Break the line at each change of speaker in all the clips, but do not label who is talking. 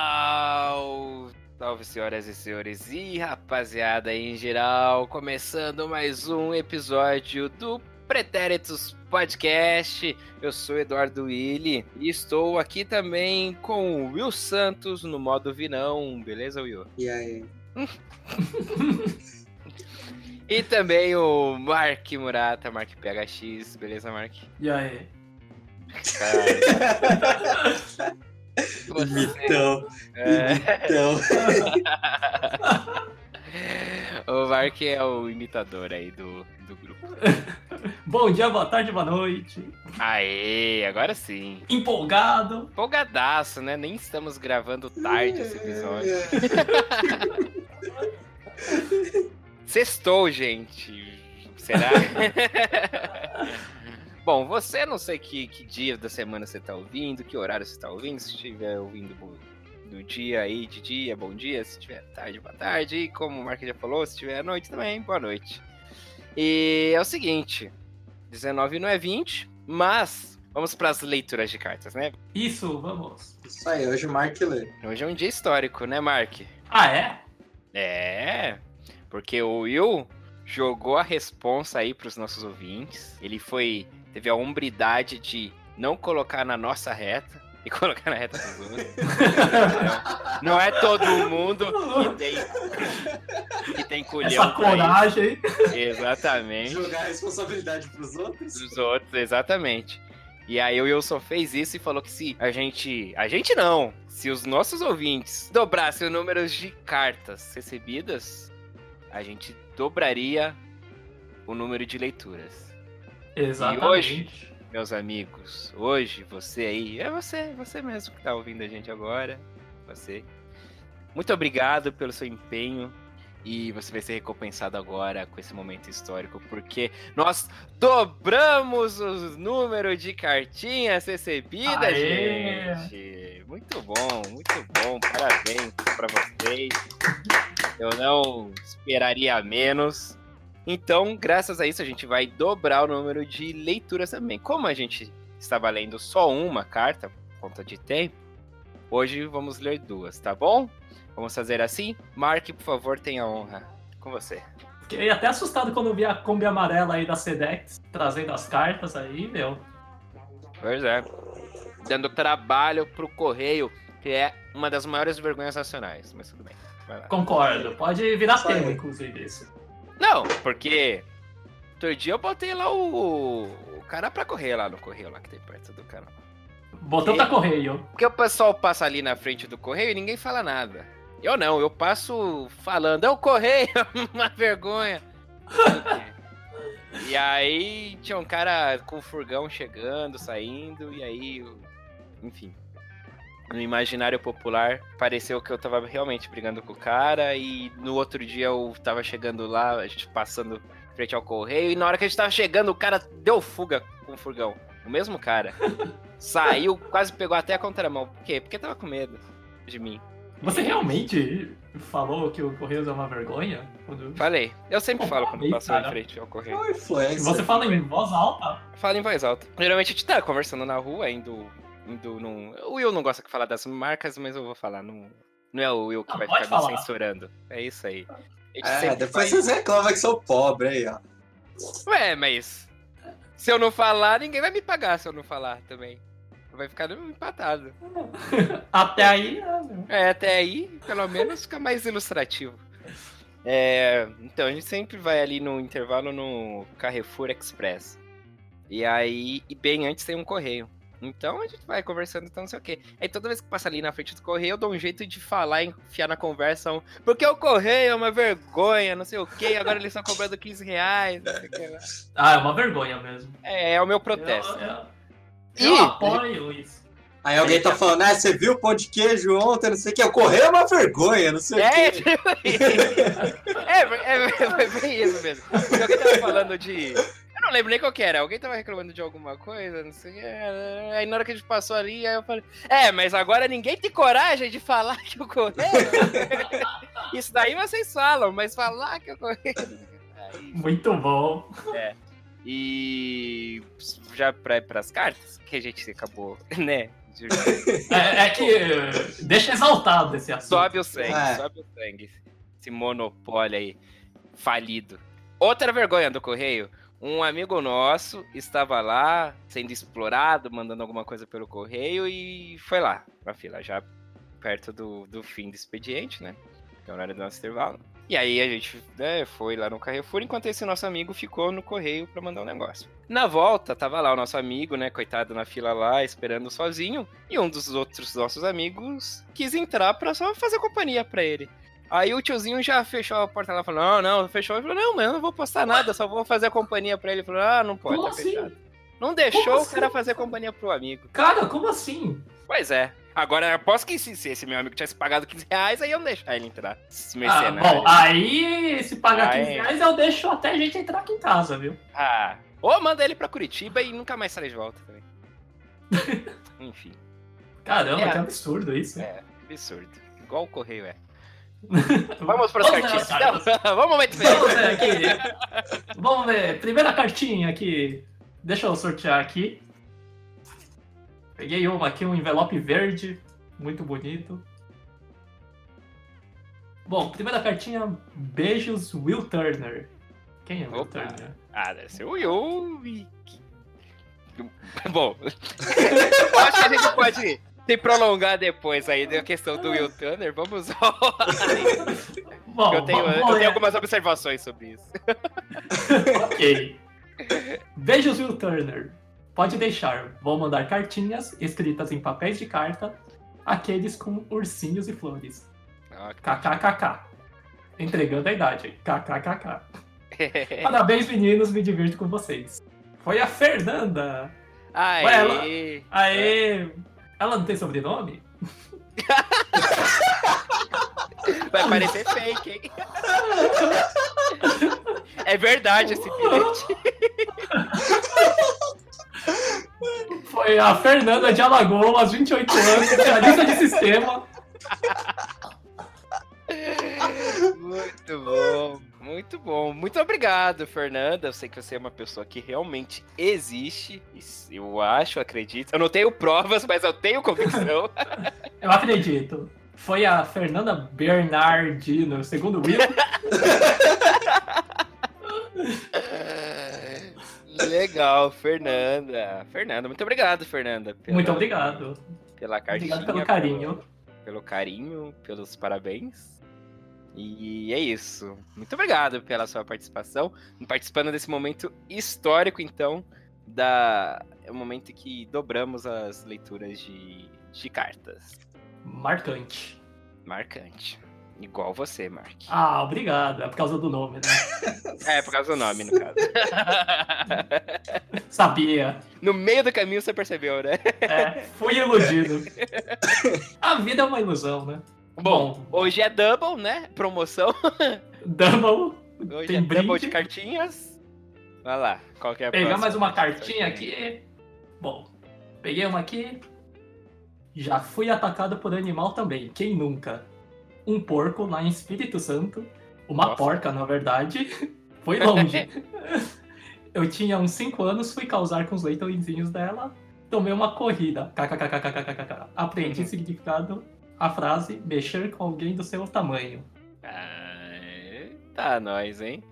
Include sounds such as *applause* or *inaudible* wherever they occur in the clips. Salve, salve senhoras e senhores e rapaziada em geral, começando mais um episódio do Pretéritos Podcast. Eu sou Eduardo Willi e estou aqui também com o Will Santos no modo Vinão, beleza, Will?
E aí?
E também o Mark Murata, Mark PHX, beleza, Mark?
E aí? *laughs* Então,
Imitão,
*laughs* É.
imitão.
O Mark é o imitador aí do, do grupo.
Bom dia, boa tarde, boa noite.
Aê, agora sim.
Empolgado.
Empolgadaço, né? Nem estamos gravando tarde esse episódio. Sextou, gente. Será? *laughs* Bom, você não sei que, que dia da semana você tá ouvindo, que horário você tá ouvindo, se estiver ouvindo bo- do dia aí, de dia, bom dia, se tiver tarde, boa tarde, e como o Mark já falou, se tiver à noite também, boa noite. E é o seguinte, 19 não é 20, mas vamos para as leituras de cartas, né?
Isso, vamos.
Isso É. aí, hoje o Mark lê.
Hoje é um dia histórico, né, Mark?
Ah, é?
É, porque o Will jogou a responsa aí pros nossos ouvintes. Ele foi. Teve a hombridade de não colocar na nossa reta e *laughs* colocar na reta dos
*laughs*
outros. Entendeu? não é todo mundo
*laughs*
que tem, que tem colhão
Essa
pra
coragem.
isso. Exatamente.
Jogar a responsabilidade pros outros?
Dos outros, exatamente. E aí o Wilson fez isso e falou que se a gente. A gente não! Se os nossos ouvintes dobrassem o número de cartas recebidas, a gente dobraria o número de leituras.
Exatamente.
hoje? Meus amigos, hoje você aí, é você, você mesmo que tá ouvindo a gente agora. Você. Muito obrigado pelo seu empenho. E você vai ser recompensado agora com esse momento histórico, porque nós dobramos o número de cartinhas recebidas,
Aê!
gente. Muito bom, muito bom. Parabéns para vocês. Eu não esperaria menos. Então, graças a isso, a gente vai dobrar o número de leituras também. Como a gente estava lendo só uma carta por conta de tempo, hoje vamos ler duas, tá bom? Vamos fazer assim? Mark, por favor, tenha honra. Com você.
Fiquei até assustado quando vi a Kombi amarela aí da Sedex trazendo as cartas aí, meu.
Pois é. Dando trabalho pro Correio, que é uma das maiores vergonhas nacionais. Mas tudo bem. Vai lá.
Concordo. Pode virar
Isso aí.
tema, inclusive, isso.
Não, porque outro dia eu botei lá o, o cara pra correr lá no Correio, lá que tem perto do canal.
Botão
E-
da correio.
Porque o pessoal passa ali na frente do correio e ninguém fala nada. Eu não, eu passo falando, *laughs* é o correio, uma vergonha. e aí tinha um cara com o furgão chegando, saindo, e aí. eu- Enfim. No imaginário popular, pareceu que eu tava realmente brigando com o cara, e no outro dia eu tava chegando lá, a gente passando em frente ao correio, e na hora que a gente tava chegando, o cara deu fuga com o furgão. O mesmo cara. Saiu, quase pegou até a contramão. Por quê? Porque tava com medo de mim.
Você realmente falou que o Correios é uma vergonha? Quando-
Falei. Eu sempre falo quando eu passo em
Cara.
frente ao
É
correio.
uma influência.
Você fala em voz alta?
Falo em voz alta. Geralmente a gente tá conversando na rua, indo. indo num... O Will não gosta que falar das marcas, mas eu vou falar. Não, não é o Will que
Não,
vai
Ah, pode
ficar me
falar.
censurando. É isso aí. A gente
É,
sempre
depois
faz-
vocês reclamam que sou pobre aí, ó.
Ué, mas. Se eu não falar, ninguém vai me pagar se eu não falar também. Vai ficar empatado.
Até aí, ah, meu.
É, até aí, pelo menos, fica mais ilustrativo. É, então, a gente sempre vai ali no intervalo no Carrefour Express. E aí, e bem antes tem um correio. Então a gente vai conversando, então não sei o quê. Aí toda vez que passa ali na frente do correio, eu dou um jeito de falar, enfiar na conversa um. Porque o correio é uma vergonha, não sei o quê, agora eles estão cobrando 15 reais. Não sei o quê lá."
Ah, é uma vergonha mesmo.
É, é o meu protesto.
Eu, eu-
Ih!
eu apoio isso.
Aí alguém
É.
tá falando, ah, você viu o pão de queijo ontem, não sei o que. O correio é uma vergonha, não sei
É,
o que.
tipo isso. É, é, é, é bem isso mesmo. Porque alguém tava falando de. Eu não lembro nem qual que era. Alguém tava reclamando de alguma coisa, não sei o que. era. Aí na hora que a gente passou ali, aí eu falei. É, mas agora ninguém tem coragem de falar que o correio. *laughs* isso daí vocês falam, mas falar que o correio. Aí, é.
Muito bom.
e já para as cartas que a gente acabou, né,
É, é que eh, deixa exaltado esse assunto.
Sobe o sangue,
É.
sobe o sangue. Esse monopólio aí, falido. Outra vergonha do correio. Um amigo nosso estava lá sendo explorado, mandando alguma coisa pelo correio e foi lá na fila, já perto do, do fim do expediente, né? Que é o horário do nosso intervalo. E aí a gente né, foi lá no Carrefour, enquanto esse nosso amigo ficou no correio pra mandar um negócio. Na volta, tava lá o nosso amigo, né, coitado na fila lá, esperando sozinho, e um dos outros nossos amigos quis entrar pra só fazer companhia pra ele. Aí o tiozinho já fechou a porta lá, falou, não, não, fechou. Ele falou, não, mas eu não vou postar nada, só vou fazer a companhia pra ele. Ele falou, ah, não pode,
Como
tá
assim?
fechado. Não deixou
Como
o cara
assim?
fazer companhia pro amigo.
Cara, como assim?
Pois é. Agora, aposto que se, se esse meu amigo tivesse pagado 15 reais, aí eu não deixar ele entrar. Esse
Ah,
mercenário.
bom, aí se pagar
Ah,
15
é.
reais, eu deixo até gente entrar aqui em casa, viu?
Ah. Ou manda ele pra Curitiba e nunca mais sai de volta
*laughs*
também. Enfim,
Caramba,
É.
que absurdo isso.
É. absurdo. Igual o correio
*laughs*
é. Vamos pras
Vamos
cartinhas.
lá, cara.
Não, *laughs* vamos mais
Vamos ver aqui. Vamos ver. Primeira cartinha aqui. Deixa eu sortear aqui. Peguei uma aqui, um envelope verde. Muito bonito. Bom, primeira cartinha. Beijos, Will Turner. Quem é Will
Opa.
Turner?
Ah, deve ser o Yu. e- *laughs* Bom, *laughs* eu acho que a gente pode se prolongar depois aí da questão do Will Turner. Vamos ao...
Bom,
Eu tenho,
vamos
eu
ler.
tenho algumas observações sobre isso.
Ok. *laughs* Beijos, Will Turner. Pode deixar. Vou mandar cartinhas escritas em papéis de carta, aqueles com ursinhos e flores. Tá.
*laughs*
KKKK. Entregando a idade. KKKK.
É.
Parabéns, meninos. Me divirto com vocês. Foi a Fernanda.
Aí. É.
Aê! Ela não tem sobrenome?
Vai parecer fake, hein? É verdade esse bilhete.
Foi a Fernanda de Alagoas, 28 anos, especialista de sistema.
Muito bom. Muito bom. Muito obrigado, Fernanda. Eu sei que você é uma pessoa que realmente existe. Isso Eu acho, acredito. Eu não tenho provas, mas eu tenho *laughs* convicção.
Eu acredito. Foi a Fernanda Bernardino, segundo o Will.
Legal, Fernanda. Fernanda, muito obrigado, Fernanda. pela-
Muito obrigado.
Pela cartinha.
Obrigado pelo carinho.
pelo carinho, pelos parabéns. E é isso. Muito obrigado pela sua participação. Participando desse momento histórico, então, da... é o momento em que dobramos as leituras de, de cartas.
Marcante.
Marcante. Igual você, Mark.
Ah, obrigado. É por causa do nome, né? *laughs*
É, por causa do nome, no caso.
Sabia.
no meio do caminho você percebeu, né?
É, fui iludido. A vida é uma ilusão, né? Bom,
Hoje é double, né? Promoção.
Double,
Hoje
Tem
é double
brinde.
de cartinhas. Vai lá, qual que é a
pegar
próxima?
mais uma cartinha aqui. Bom, peguei uma aqui. Já fui atacado por animal também, quem nunca? Um porco lá em Espírito Santo, uma
Nossa.
porca na verdade, *laughs*
*laughs*
foi longe. Eu tinha uns 5 anos, fui causar com os leitõezinhos dela, tomei uma corrida, kkkkkkkk.
Uhum.
Aprendi o significado, a frase, mexer com alguém do seu tamanho.
Ah, tá, nós, hein?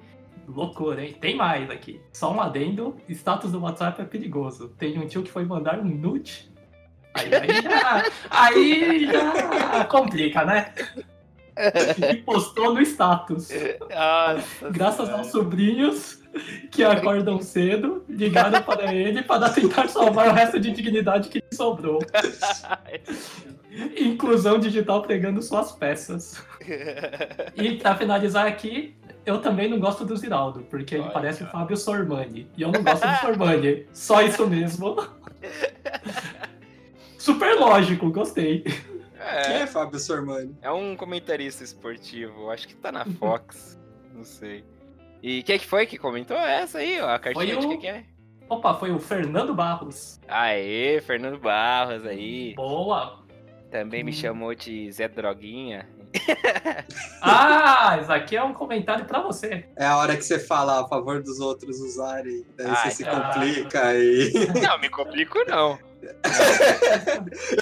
Loucura, hein? Tem mais aqui. Só um adendo, status do WhatsApp é perigoso. Tem um tio que foi mandar um nude. Aí, aí já, aí já complica, né? E postou no status.
Nossa
*laughs* Graças
senhora.
aos sobrinhos que acordam cedo, ligaram para ele para tentar salvar o resto de dignidade que lhe sobrou. Inclusão digital pregando suas peças. E pra finalizar aqui, eu também não gosto do Ziraldo, porque ele
Olha.
parece o Fábio Sormani. E eu não gosto do Sormani. *laughs* Só isso mesmo. Super lógico, gostei.
Quem
É,
é Fábio Sormani?
é um comentarista esportivo, acho que tá na
*laughs*
Fox, não sei. E quem é que foi que comentou É essa aí, ó, a cartinha
Foi
de
o-
quem que é?
Opa, foi o Fernando Barros.
Aê, Fernando Barros aí,
Boa.
também me
Hum.
chamou de Zé
*laughs*
Droguinha.
Ah, isso aqui é um comentário pra você.
É a hora que você fala a favor dos outros usarem, daí
Ai,
você se
caralho.
complica e. *laughs*
*laughs*
Não, me complico não.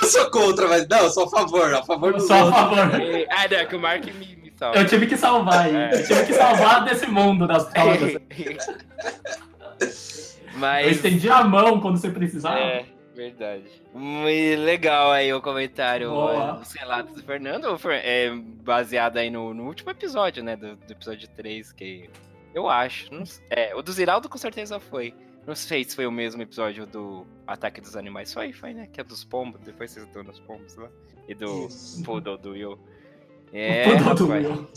Eu sou contra, mas não, eu sou a favor, a favor do
Só a favor.
E- Ah, não, é que o Mark me, me salva. *laughs*
Eu tive que salvar aí. Eu tive que salvar desse mundo
É,
das drogas. Eu
Mas.
estendi a mão quando você precisava.
É, verdade. Muito legal aí o comentário,
Boa.
ó, os relatos do Fernando, o Fer- é baseado aí no, no último episódio, né, do, do episódio 3, que eu acho, não s- é, o do Ziraldo com certeza foi. Não sei se foi o mesmo episódio do Ataque dos Animais, foi, foi, né, que é dos pombos, depois vocês estão nos pombos lá, e do
Isso.
Poodle do Will. É,
Tudo
rapaz.
doeu.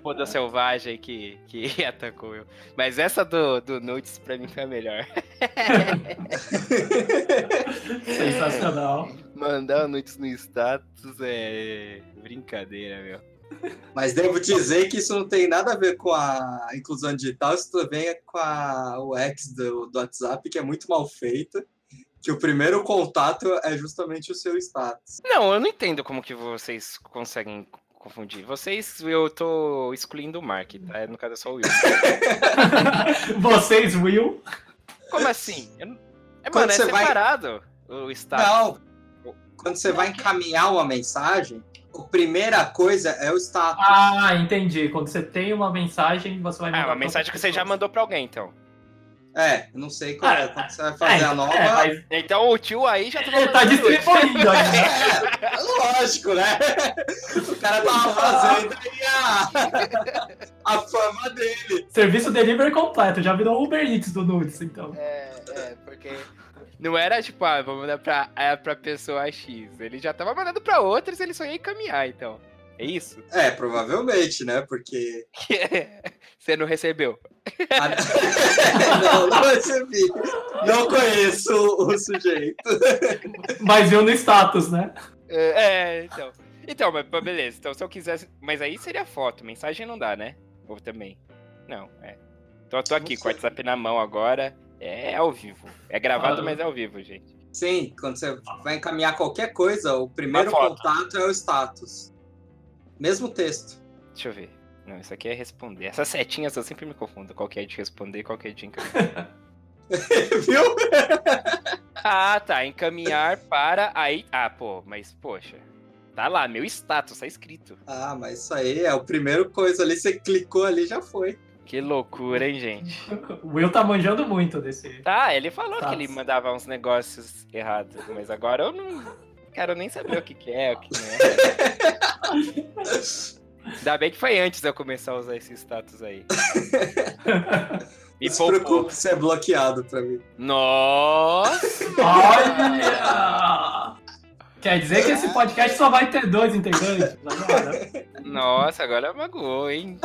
*laughs* Poodle selvagem que, que *laughs* atacou eu. Mas essa do, do Nudes pra mim foi a melhor.
Sensacional.
Mandar noites no status é brincadeira, meu.
Mas devo dizer que isso não tem nada a ver com a inclusão digital, isso também é com a UX do, do WhatsApp, que é muito mal feita, que o primeiro contato é justamente o seu status.
Não, eu não entendo como que vocês conseguem c- confundir. Vocês, eu tô excluindo o Mark, tá? No caso é só o Will.
Vocês, Will.
Como assim? Eu não- É,
Quando
mano, é
você vai-
separado o
Tá.
status.
Não, quando você vai encaminhar uma mensagem, a primeira coisa é o status.
Ah, entendi. Quando você tem uma mensagem, você vai
Ah,
pra
uma mensagem que você já
outra
mandou pra alguém, então.
É, eu não sei qual é, quando você vai fazer a
pessoa.
nova...
É, é, mas
Então o tio aí já tá
ele tá
mandando nudes.
distribuindo. né?
É, lógico, né? O cara tava fazendo aí a, a fama dele.
Serviço delivery completo. Já virou Uber Eats do Nudes, então.
*laughs* É, é, porque. Não era tipo, ah, vou mandar pra, é, pra pessoa X. Ele já tava mandando pra outras, ele só ia encaminhar, então. É isso? *laughs*
É, provavelmente, né? Porque.
Você não recebeu.
a- não, não recebi. Não conheço o sujeito.
Mas viu no status, né?
É, é, então. Então, mas mas beleza. Então, se eu quisesse. Mas aí seria foto, mensagem não dá, né? Ou também. Não, é. Então, eu tô aqui
Não
com o
sei.
WhatsApp na mão agora. É ao vivo. É gravado,
Ah.
mas é ao vivo, gente.
Sim, quando você vai encaminhar qualquer coisa, o primeiro
Uma foto.
contato é o status. Mesmo texto.
Deixa eu ver. Não, isso aqui é responder. Essas setinhas eu sempre me confundo. Qual que é de responder, qual que é de encaminhar.
Viu?
*laughs* ah, tá. Encaminhar para. Aí. Ah, pô, mas poxa. Tá lá, meu status, tá escrito.
Ah, mas isso aí é o primeiro coisa ali. Você clicou ali já foi.
Que loucura, hein, gente?
O Will tá manjando muito desse.
Tá, ele falou
Tá.
que ele mandava uns negócios errados, mas agora eu não quero nem saber o que, que é, o que não é.
*laughs*
Ainda bem que foi antes de eu começar a usar esse status aí. E
Não se
poupou.
preocupe, você é bloqueado pra mim.
Nossa!
Olha! Quer dizer que esse podcast só vai ter dois integrantes agora?
Nossa, agora magoou, hein?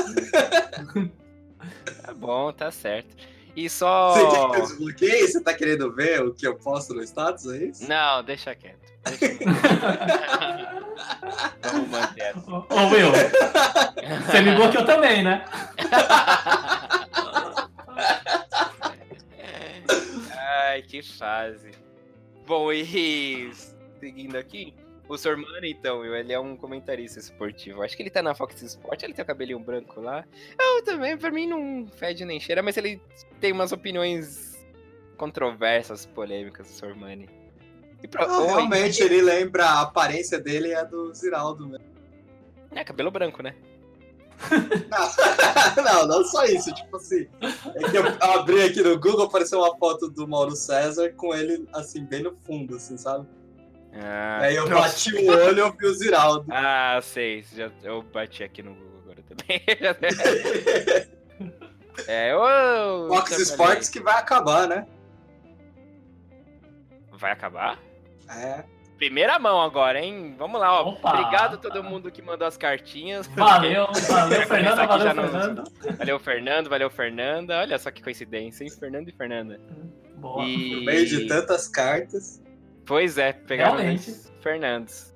Tá bom, tá certo. E só.
Você quer que eu desbloqueie? Você tá querendo ver o que eu posto no status? É isso?
Não, deixa
*laughs*
quieto. Vamos manter essa.
Ô, Will, você me bloqueou também, né?
Ai, que fase. Bom, e *laughs* seguindo aqui, o Sormani, então, meu, ele é um comentarista esportivo. Acho que ele tá na Fox Sport, ele tem o cabelinho branco lá. Eu também, pra mim, não fede nem cheira, mas ele tem umas opiniões controversas, polêmicas, o Sormani. E pro...
Não,
Oi.
realmente, ele lembra a aparência dele é a do Ziraldo mesmo.
É, cabelo branco, né?
*laughs* não, não só isso, tipo assim. É que eu abri aqui no Google, apareceu uma foto do Mauro César com ele, assim, bem no fundo, assim, sabe?
Ah,
Aí É, eu bati o olho e eu vi o Ziraldo.
Ah, sei. Já, eu bati aqui no Google agora
*laughs*
também. *laughs* é, ô...
Fox
Sormani.
Sports que vai acabar, né?
Vai acabar?
É.
Primeira mão agora, hein? Vamos lá, ó.
Opa!
Obrigado a todo mundo que mandou as cartinhas.
Valeu, valeu, Fernanda,
Começar aqui já
valeu,
no-
Fernanda.
*laughs* Valeu, Fernando. Valeu, Fernanda. Olha só que coincidência, hein? Fernando e Fernanda.
Boa.
E...
No meio de tantas cartas.
Pois é, pegaram
Realmente.
dois Fernandos.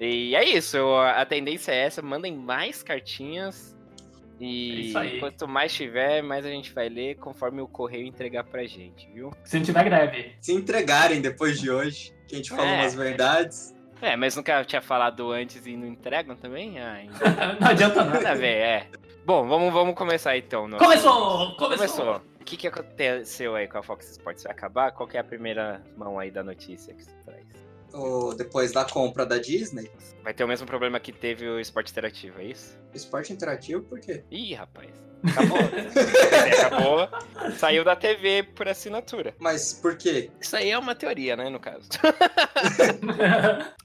E é isso. eu- A tendência é essa. Mandem mais cartinhas.
É
E
isso aí.
quanto mais tiver, mais a gente vai ler conforme o correio entregar pra gente, viu?
Se não tiver greve. *laughs*
Se entregarem depois de hoje, que a gente falou
É.
umas verdades.
É, mas nunca tinha falado antes e não entregam também? Ah, ainda.
Não adianta nada.
Nada a ver, é. Bom, vamos, vamos começar então. nosso-
Começou! Começou!
Começou. O que, que aconteceu aí com a Fox Sports? Vai acabar? Qual que é a primeira mão aí da notícia que você traz?
Ou depois da compra da Disney,
Vai ter o mesmo problema que teve o esporte interativo, é isso?
esporte interativo, por quê?
Ih, rapaz. *laughs* Acabou. Quer dizer, Acabou. Saiu da TV por assinatura.
Mas por quê?
Isso aí é uma teoria, né, no caso.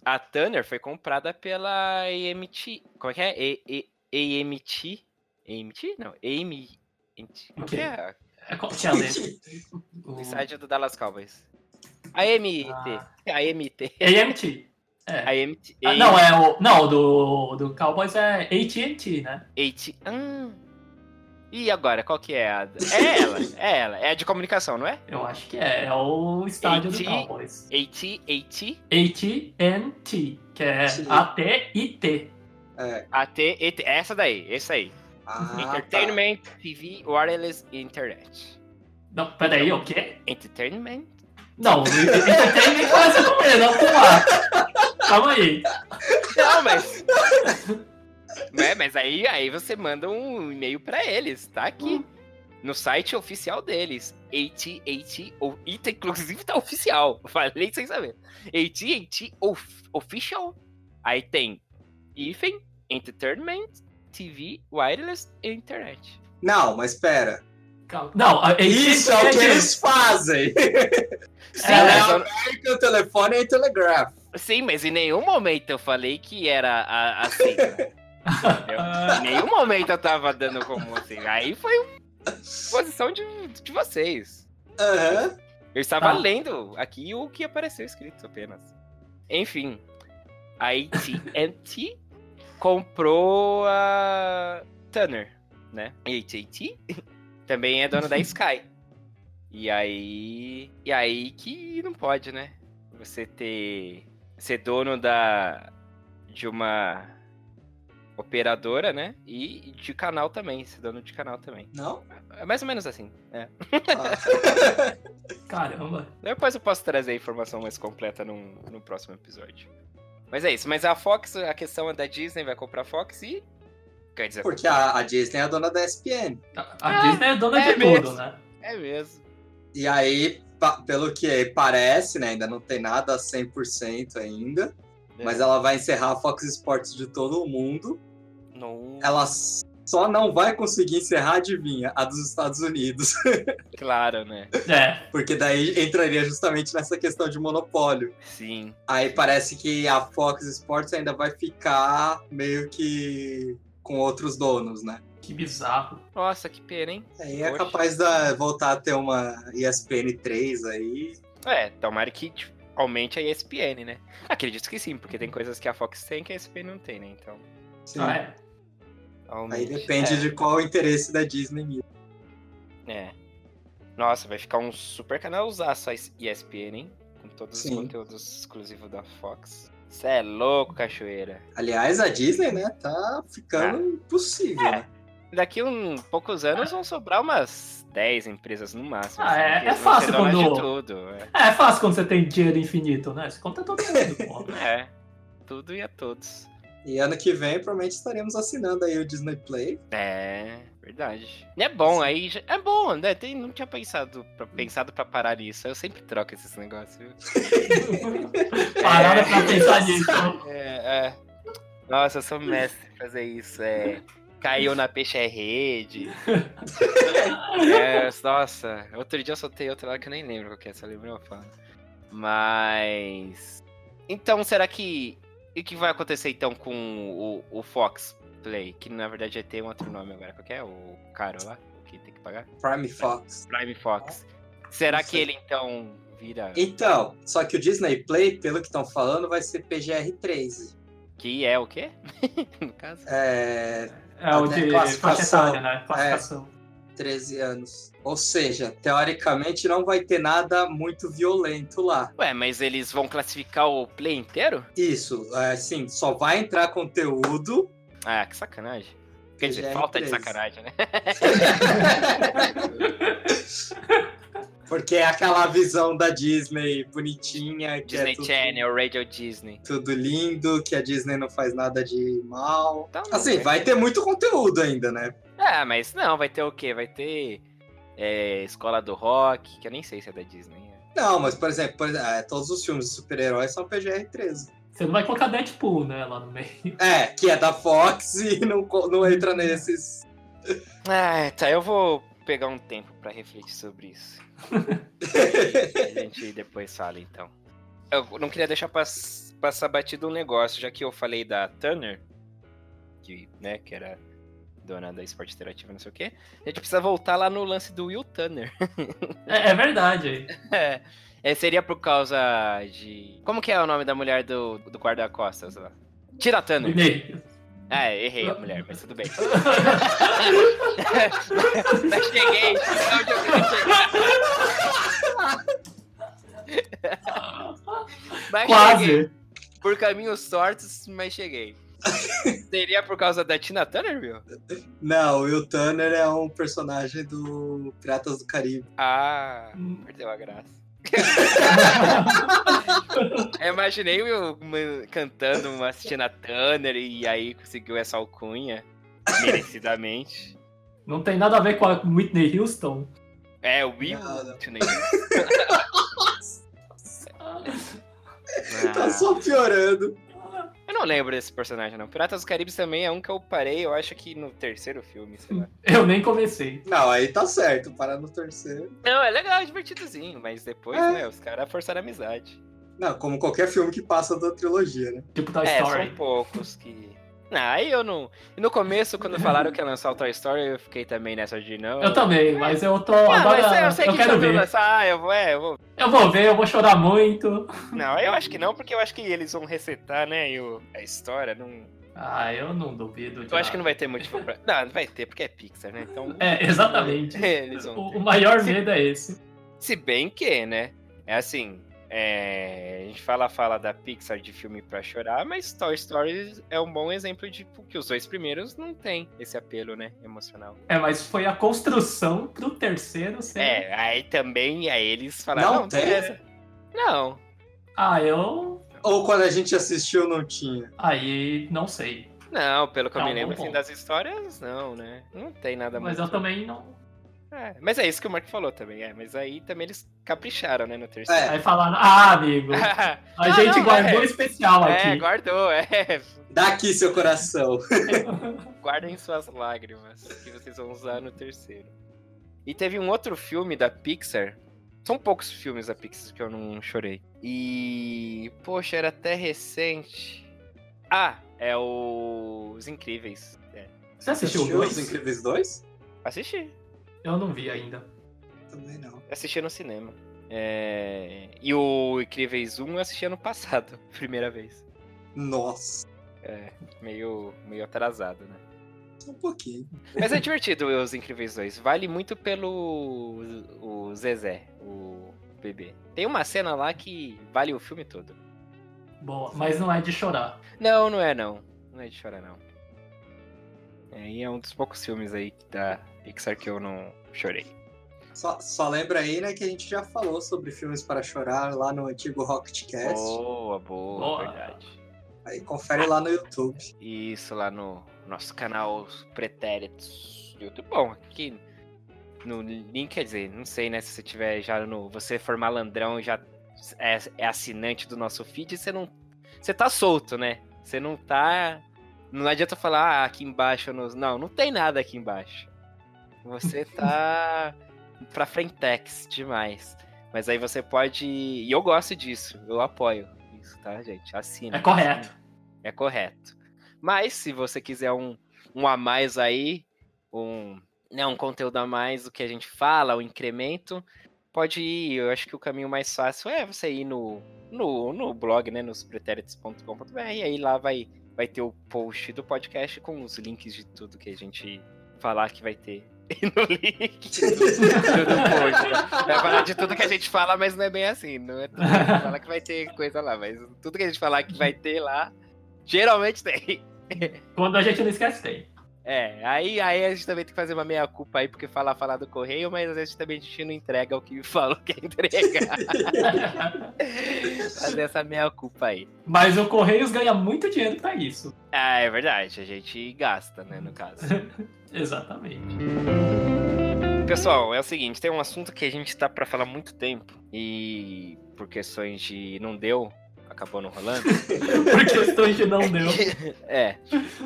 A Turner foi comprada pela AMT. Como é que é? E, e- AMT? AMT? Não, AMT. Como que é?
É qual que é a letra?
O
O-
estádio do Dallas Cowboys. AMT.
Ah.
AMT.
AMT. É.
AMT.
Ah, não, é o. Não, o do, do Cowboys é ATT, né?
AT. Ah. E agora, qual que é a. É ela, é ela. É a de comunicação, não é?
Eu acho que é. É o estádio do
AT.
Cowboys.
AT, AT,
AT&T, que é
Sim.
AT&T.
É.
AT, AT. Essa daí, essa aí.
Ah,
Entertainment TV Wireless Internet.
Não, peraí, o quê?
Entertainment?
*laughs*
Não, entertainment começa com E, não com A. Calma aí.
Não, mas. né, mas aí, aí você manda um e-mail pra eles, tá aqui. No site oficial deles. AT&T, ou Ita, inclusive tá oficial. *laughs* Falei sem saber. AT&T of- Official. Aí tem Ifen, Entertainment, TV, Wireless e Internet.
tá. Não, mas pera.
Calma. Não, a AT&T...
Isso é o que eles
*laughs*
fazem. *laughs*
Sim,
É,
mas eu-
American Telefone e Telegraph.
Sim, mas em nenhum momento eu falei que era a, a sigla. Em nenhum momento eu tava dando como assim. Aí foi uma posição de, de vocês.
Aham.
Eu estava
Tá.
lendo aqui o que apareceu escrito apenas. Enfim, a AT&T *laughs* comprou a Turner, né? A AT&T *laughs* também é dona da Sky. E aí, e aí que não pode, né? Você ter ser dono da de uma operadora, né? E de canal também, ser dono de canal também.
Não?
É mais ou menos assim, é.
Ah.
*laughs* Caramba.
Depois eu posso trazer a informação mais completa num, no próximo episódio. Mas é isso. Mas a Fox, a questão é da Disney, vai comprar a Fox e. Quer dizer,
*laughs* Porque a, a Disney é a dona da ESPN.
A, a Disney é dona
é
de
mesmo.
tudo, né?
é mesmo.
E aí, pa- pelo que parece, né, ainda não tem nada 100% ainda,
É.
mas ela vai encerrar a Fox Sports de todo mundo.
Não,
Ela s- só não vai conseguir encerrar, adivinha, a dos Estados Unidos, *laughs*
Claro, né?
É.
porque daí entraria justamente nessa questão de monopólio.
Sim.
Aí parece que a Fox Sports ainda vai ficar meio que com outros donos, né?
Que bizarro.
Nossa, que pena, hein?
Aí é
Poxa.
capaz de voltar a ter uma ESPN 3 aí.
É, tomara que tipo, aumente a ESPN, né? Acredito que sim, porque tem coisas que a Fox tem que a ESPN não tem, né? Então.
Sim.
Ah, é.
Aí
Aumente.
depende de qual o interesse da Disney nisso.
É. Nossa, vai ficar um super canal usar só esse ESPN, hein? Com todos
Sim.
os conteúdos exclusivos da Fox. Cê é louco, cachoeira.
Aliás, a Disney, né, tá ficando impossível,
É.
né?
Daqui um poucos anos vão sobrar umas 10 empresas no máximo.
Ah, é-
porque
é
eles vão ser
fácil
donas
quando-
De tudo. é.
É fácil quando você tem dinheiro infinito, né? Você conta todo mundo, pô.
É. Tudo e a todos.
E ano que vem, provavelmente, estaremos assinando aí o Disney Play.
É, verdade. E é bom, aí já- é bom, né? Tem, não tinha pensado pra, pensado pra parar isso. Eu sempre troco esses negócios. viu?
*laughs* Parada pra pensar nisso.
É, é. Nossa, eu sou mestre em fazer isso. É. Caiu na peixe é rede.
*laughs*
É, nossa, outro dia eu soltei outra lá que eu nem lembro qual que é, só lembrei uma fala. Mas. Então, será que. E o que vai acontecer então com o, o Fox Play? Que na verdade vai ter um outro nome agora, qual que é? O caro lá? o Que tem que pagar?
Prime Fox.
Prime Fox. Será
Não
que
sei.
ele então vira.
Então, só que o Disney Play, pelo que estão falando, vai ser PGR13.
Que é o quê? *laughs* no caso?
É.
É o
Até
de faixa
classificação.
etária, né? Classificação.
13 anos. Ou seja, teoricamente não vai ter nada muito violento lá.
Ué, mas eles vão classificar o Play inteiro?
Isso, é, assim, só vai entrar conteúdo.
Ah, que sacanagem. Quer dizer,
PGR13.
falta de sacanagem, né?
Porque é aquela visão da Disney bonitinha. Que é
Disney
tudo-
Channel, Radio Disney.
tudo lindo, que a Disney não faz nada de mal.
Então, não,
Assim,
né? É,
vai ter muito conteúdo ainda, né?
Ah, mas não, vai ter o quê? Vai ter é, Escola do Rock, que eu nem sei se é da Disney. né?
Não, mas, por exemplo, por exemplo, é, todos os filmes de super-heróis são PGR-13.
É.
Você não vai colocar Deadpool, né, lá no meio.
É, que é da Fox *laughs* e não, co- não entra nesses.
Ah, tá, eu vou pegar um tempo pra refletir sobre isso. A gente depois fala, então. Eu não queria deixar pass- passar batido um negócio, já que eu falei da Turner, que, né, que era dona da esporte interativa, não sei o quê. A gente precisa voltar lá no lance do Will Turner. *laughs*
É, é verdade.
É, é, seria por causa de... Como que é o nome da mulher do, do guarda-costas lá? Tira Turner.
Ninguém.
Ah, errei a mulher, mas
*laughs*
tudo bem. Mas cheguei, não, eu cheguei. Mas cheguei.
Quase.
Por caminhos tortos, mas cheguei. Seria por causa da Tina Turner, viu?
Não, o Will Turner é um personagem do Piratas do Caribe.
Ah, perdeu a graça. Eu imaginei eu man- cantando uma Tina Turner e aí conseguiu essa alcunha, merecidamente.
*laughs* Não tem nada a ver com a Whitney Houston.
É, o Will
Não, não.
Tina Ah.
Tá só piorando.
Eu não lembro desse personagem, não. Piratas do Caribe também é um que eu parei, eu acho que no terceiro filme, sei lá.
Eu nem comecei.
Não, aí tá certo, parar no terceiro.
Não, é legal, é divertidozinho, mas depois,
É.
né, os caras forçaram a amizade.
Não, como qualquer filme que passa da trilogia, né?
Tipo Toy
é,
Story.
são poucos que... *laughs* Ah, aí eu não... E no começo, quando falaram que ia lançar o Toy Story, eu fiquei também nessa de não...
Eu também, mas eu tô.
Ah,
agora
mas é, eu sei
eu
que
quero
quando
ver.
lançar, ah, eu vou, é, eu vou...
Eu vou ver, eu vou chorar muito.
Não, eu acho que não, porque eu acho que eles vão resetar, né, e o- a história, não...
Ah, eu não duvido. de
Eu acho que não
nada.
vai ter motivo pra... Não, não vai ter, porque é Pixar, né, então...
É, exatamente.
*laughs* Eles vão
O, o maior
Se-
medo é esse.
Se bem que, né? É assim. é, a gente fala, fala da Pixar de filme pra chorar, mas Toy Story é um bom exemplo de que os dois primeiros não tem esse apelo, né? Emocional.
É, mas foi a construção pro terceiro ser.
É, aí também aí eles falaram.
Não
Não,
tem?
beleza." Não.
Ah, eu.
Ou quando a gente assistiu, não tinha.
Aí não sei.
Não, pelo que eu
É
me
um
lembro
bom
assim,
ponto.
das histórias, não, né? Não tem nada
Mas
mais.
eu também não.
É, mas é isso que o Mark falou também, é. Mas aí também eles capricharam, né, no terceiro.
É.
Aí falaram, ah,
*laughs*
amigo, a
Não,
gente
não,
guardou
é.
especial
É,
aqui.
guardou, é.
Dá aqui seu coração.
Guardem suas lágrimas, que vocês vão usar no terceiro. E teve um outro filme da Pixar. São poucos filmes da Pixar que eu não chorei. E. Poxa, era até recente. Ah, é o. Os Incríveis. É.
*laughs* Você assistiu o
Os
dois?
Incríveis 2?
Assisti.
Eu não vi ainda.
Também não.
Assisti no cinema. É, E o Incríveis 1 eu assisti ano passado, *laughs* primeira vez.
Nossa,
É, meio, meio atrasado, né?
só um pouquinho.
Mas é divertido Os Incríveis 2. Vale muito pelo o Zezé, o bebê. Tem uma cena lá que vale o filme todo.
Boa, mas não é de *laughs* chorar.
Não, não é não. Não é de chorar, não. É, e é um dos poucos filmes aí que da Pixar que eu não chorei.
Só, só lembra aí, né, que a gente já falou sobre filmes para chorar lá no antigo Rocketcast.
Boa, boa,
Boa.
verdade.
Aí confere lá no YouTube.
Isso lá no nosso canal os Pretéritos do YouTube. Bom, aqui no link, quer dizer, não sei, né? Se você tiver já no. Você for malandrão e já é, é assinante do nosso feed, você não. Você tá solto, né? Você não tá. Não adianta falar ah, aqui embaixo. Nos... Não, não tem nada aqui embaixo. Você
*laughs*
tá pra frentex demais. Mas aí você pode. E eu gosto disso. Eu apoio isso, tá, gente? Assina.
É correto.
É correto. Mas se você quiser um, um a mais aí, um, né, um conteúdo a mais do que a gente fala, um incremento, pode ir. Eu acho que o caminho mais fácil é você ir no, no, no blog, né, nos pretéritos.com.br, e aí lá vai, vai ter o post do podcast com os links de tudo que a gente falar que vai ter *laughs* no link do, do post. Vai falar de tudo que a gente fala, mas não é bem assim. Não é tudo que a gente fala que vai ter coisa lá, mas tudo que a gente falar que vai ter lá, geralmente tem.
Quando a gente não esquece, tem. *laughs*
É, aí, aí a gente também tem que fazer uma meia-culpa aí, porque falar, falar do correio, mas às vezes também a gente não entrega o que *laughs* falou que ia entregar. fazer essa meia-culpa aí.
Mas o Correios ganha muito dinheiro pra isso.
Ah, é verdade, a gente gasta, né, no caso.
Exatamente.
Pessoal, é o seguinte, tem um assunto que a gente tá pra falar há muito tempo e por questões de não deu, acabou não rolando.
Por questões que não deu.
É.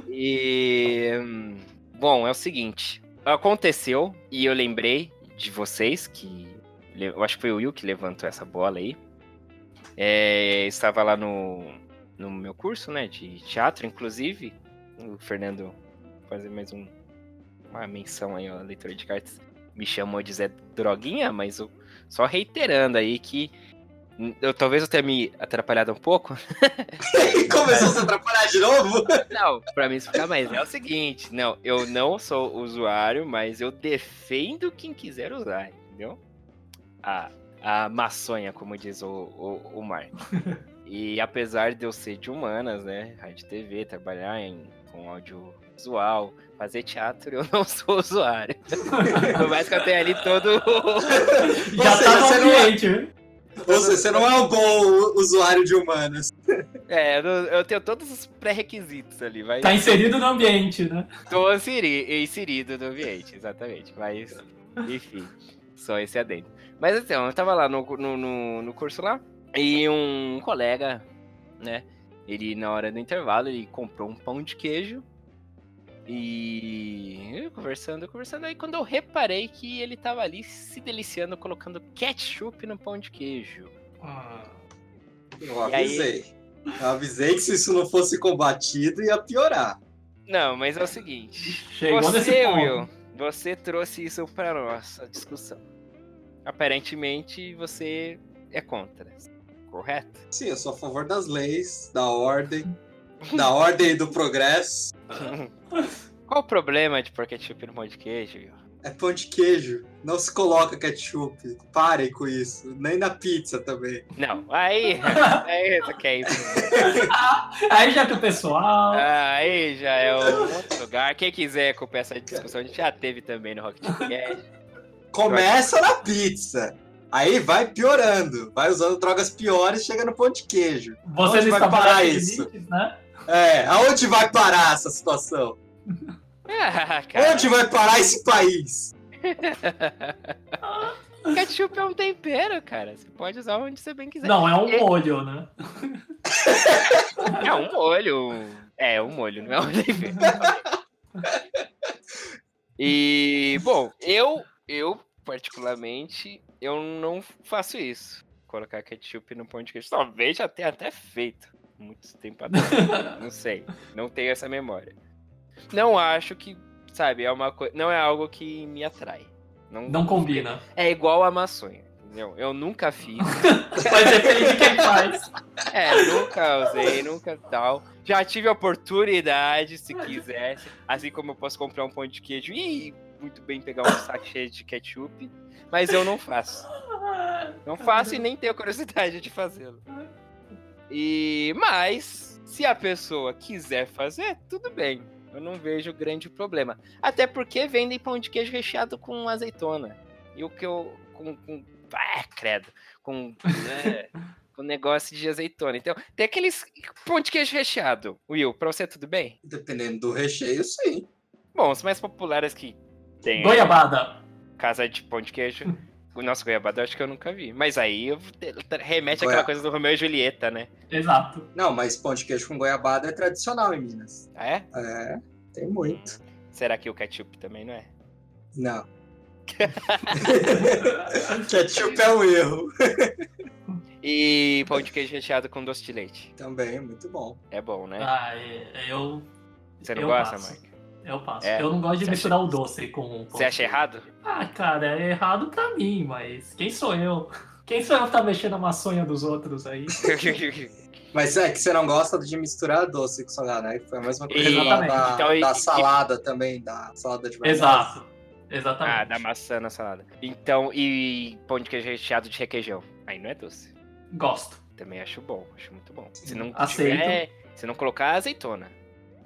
E hum, bom, é o seguinte, aconteceu e eu lembrei de vocês que le- eu acho que foi o Will que levantou essa bola aí. É, estava lá no no meu curso, né, de teatro, inclusive, o Fernando vou fazer mais um uma menção aí, ó, leitura de cartas, me chamou de Zé Droguinha, mas eu, só reiterando aí que hum, eu, talvez eu tenha me atrapalhado um pouco.
*laughs* Começou a se atrapalhar de novo?
Não, pra mim isso fica mais. É o seguinte, não, eu não sou usuário, mas eu defendo quem quiser usar, entendeu? A, a maçonha, como diz o, o, o Mark. E apesar de eu ser de humanas, né? Rádio e TV, trabalhar em, com audiovisual, fazer teatro, *laughs* eu não sou usuário. Por mais que eu tenha ali todo o- *laughs*
Já
Você-
tá no
você não é-
ambiente, viu?
Ou seja, você não é um bom usuário de humanas.
É, eu, eu tenho todos os pré-requisitos ali, vai.
Tá inserido no ambiente, né?
Tô inseri- inserido no ambiente, exatamente. Mas, enfim, só esse adendo. Mas então, eu tava lá no, cu- no, no, no curso lá, e um colega, né? Ele, na hora do intervalo, ele comprou um pão de queijo. E eu conversando, conversando, aí quando eu reparei que ele tava ali se deliciando, colocando ketchup no pão de queijo.
Hum.
Eu
E aí?
avisei. Eu avisei que se isso não fosse combatido, ia piorar.
Não, mas é o seguinte.
Chegou nesse
Você,
ponto.
Will, você trouxe isso pra nossa discussão. Aparentemente você é contra, correto?
Sim, eu sou a favor das leis, da ordem, da ordem e do progresso.
Qual o problema de pôr ketchup no pão de queijo, Will?
É pão de queijo. Não se coloca ketchup. Parem com isso. Nem na pizza também.
Não,
*laughs*
aí. Aí você quer ir pro-
Aí já que o pessoal.
Aí já é um outro lugar. Quem quiser acompanhar essa discussão, a gente já teve também no Rocket
*laughs*
Cast.
Começa na pizza. Aí vai piorando. Vai usando drogas piores, chega no pão de queijo.
Você
Onde
não
vai
estabelece
parar
limites,
isso?
é né?
É, aonde vai parar essa situação?
Ah, cara.
Onde vai parar esse país?
Ketchup é um tempero, cara. Você pode usar onde você bem quiser.
Não, é
É.
um molho, né?
É um molho. É, um molho, não é um tempero. *laughs* E, bom, eu, eu, particularmente, eu não faço isso. Colocar ketchup no pão de queijo. Talvez já tenha até feito. Muito tempo atrás. não sei. Não tenho essa memória. Não acho que, sabe, é uma coisa. Não é algo que me atrai.
Não combina.
É igual a maçonha. Entendeu? Eu nunca fiz.
Mas depende de quem faz.
É, nunca usei, nunca tal. Já tive a oportunidade, se quisesse. Assim como eu posso comprar um pão de queijo e muito bem pegar um sachê de ketchup. Mas eu não faço. Não faço e nem tenho curiosidade de fazê-lo. E mas, se a pessoa quiser fazer, tudo bem. Eu não vejo grande problema. Até porque vendem pão de queijo recheado com azeitona. E o que eu. com. com ah, credo. Com. né, com negócio de azeitona. Então, tem aqueles pão de queijo recheado. Will, pra você tudo bem?
Dependendo do recheio, sim.
Bom, os mais populares que tem. é
Goiabada.
Casa de pão de *laughs* queijo. O nosso goiabada eu acho que eu nunca vi. Mas aí eu te- remete àquela
Goiaba.
coisa do Romeu e Julieta, né?
Exato.
Não, mas pão de queijo com goiabada é tradicional em Minas.
Ah, é?
É, tem muito.
Será que o ketchup também não é?
Não. Ketchup é um erro.
E pão de queijo recheado com doce de leite.
Também, muito bom.
*laughs* É bom, né?
Ah, é- eu,
Você não
eu
gosta,
passo.
Mike?
eu passo.
É.
Eu não gosto de
Você
misturar o doce com.
Você acha errado?
Ah, cara, é errado pra mim, mas quem sou eu? Quem sou eu que tá mexendo na maçonha dos outros aí? *laughs*
Mas é que você não gosta de misturar doce com salgado, né? Foi a mesma coisa lá
Exatamente.
da,
Então, e-
da
e-
salada também, da salada de maionese.
Exato.
ah,
Exatamente.
da maçã na salada. Então, e pão de queijo recheado de requeijão? Aí não é doce.
Gosto.
Também acho bom, acho muito bom. Se não
Aceito.
tiver, se não colocar azeitona.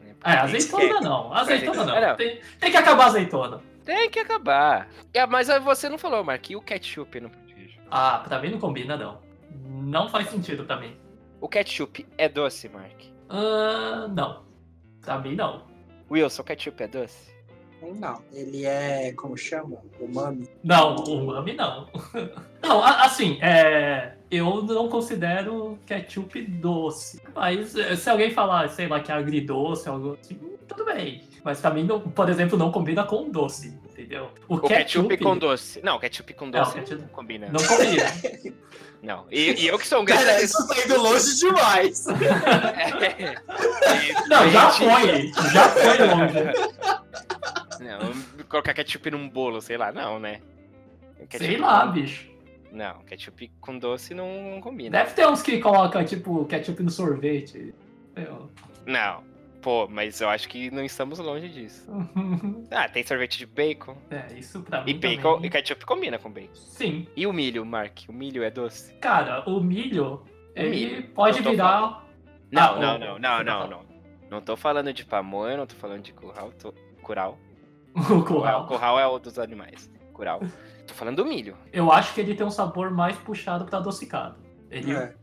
né?
É,
Porque tem que-
azeitona não. Azeitona
Azeitona não.
não. Tem, tem que acabar a azeitona.
Tem que acabar. É, mas aí você não falou, Mark, e o ketchup no pão de queijo?
Ah, pra mim não combina, não. Não faz sentido pra mim.
O ketchup é doce, Mark.
Ah, não. Pra mim, não.
Wilson, o ketchup é doce?
Não, ele é. Como chama?
*laughs*
Umami.
Não, umami não. *laughs* Não, a- assim, é, eu não considero ketchup doce. Mas é, se alguém falar, sei lá, que é agridoce, algo assim, tudo bem. Mas pra mim, não- por exemplo, não combina com doce, entendeu?
O ketchup, com doce. Não, ketchup com
Não,
doce não,
ketchup-
combina.
Não combina.
Não. E, e eu que sou um
Cara,
grande.
isso tá indo longe demais.
*laughs* É.
Não, já
Gente,
foi. Já foi longe.
Não, colocar ketchup num bolo, sei lá, não, né?
Sei
Ketchup
lá,
com-
bicho.
Não, ketchup com doce não, não combina.
Deve ter uns que colocam, tipo, ketchup no sorvete. entendeu?
Não. Pô, mas eu acho que não estamos longe disso. Ah, tem sorvete de bacon.
*laughs* É, isso pra mim
E bacon
também.
e ketchup combina com bacon.
Sim.
E o milho, Mark? O milho é doce?
Cara, o milho, ele
milho,
pode
eu tô
virar.
Não,
Ah,
não,
o-
não, não, não, não. Não tô falando de pamonha, não tô falando de curral, tô... Curral.
*laughs* O
Curral.
curral.
Curral é o dos animais. Curral. Tô falando do milho.
Eu acho que ele tem um sabor mais puxado pra adocicado. Ele é.
É,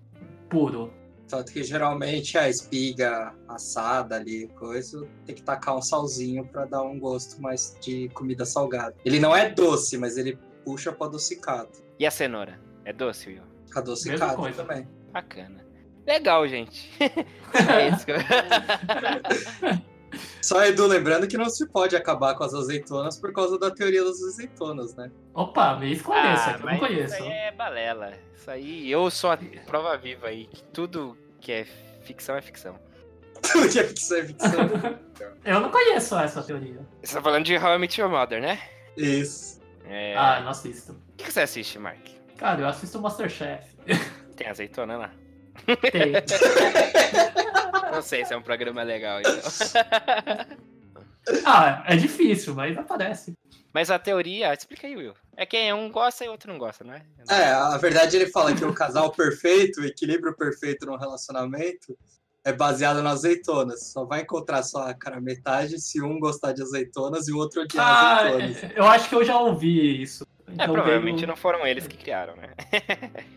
puro.
tanto que geralmente a espiga assada ali, coisa, tem que tacar um salzinho pra dar um gosto mais de comida salgada. Ele não é doce, mas ele puxa pro adocicado.
E a cenoura? É doce, Will?
Adocicado
coisa.
também.
Bacana. Legal, gente. *laughs* é isso que eu...
Só Edu, lembrando que não se pode acabar com as azeitonas por causa da teoria das azeitonas, né?
Opa, me esclareça, que eu não
Ah, mas
conheço.
Isso aí é balela. Isso aí, eu sou a prova viva aí, que tudo que é ficção é ficção.
*laughs* Tudo que é ficção é ficção.
Eu não conheço essa teoria.
Você tá falando de How I Met Your Mother, né?
Isso.
É.
Ah, não assisto.
O que que você assiste, Mark?
Cara, eu assisto Masterchef.
Tem azeitona lá?
Tem.
Não sei se é um programa legal. Então.
*laughs* ah, é difícil, mas aparece.
*laughs* Mas a teoria, explica aí, Will. É que um gosta e o outro não gosta, não é?
É, a verdade ele fala que o casal perfeito, o equilíbrio perfeito num relacionamento é baseado nas azeitonas. Só vai encontrar só a cara metade se um gostar de azeitonas e o outro odiar
Ah,
azeitonas.
eu acho que eu já ouvi isso.
É,
Então,
provavelmente
veio-
não foram eles que criaram, né?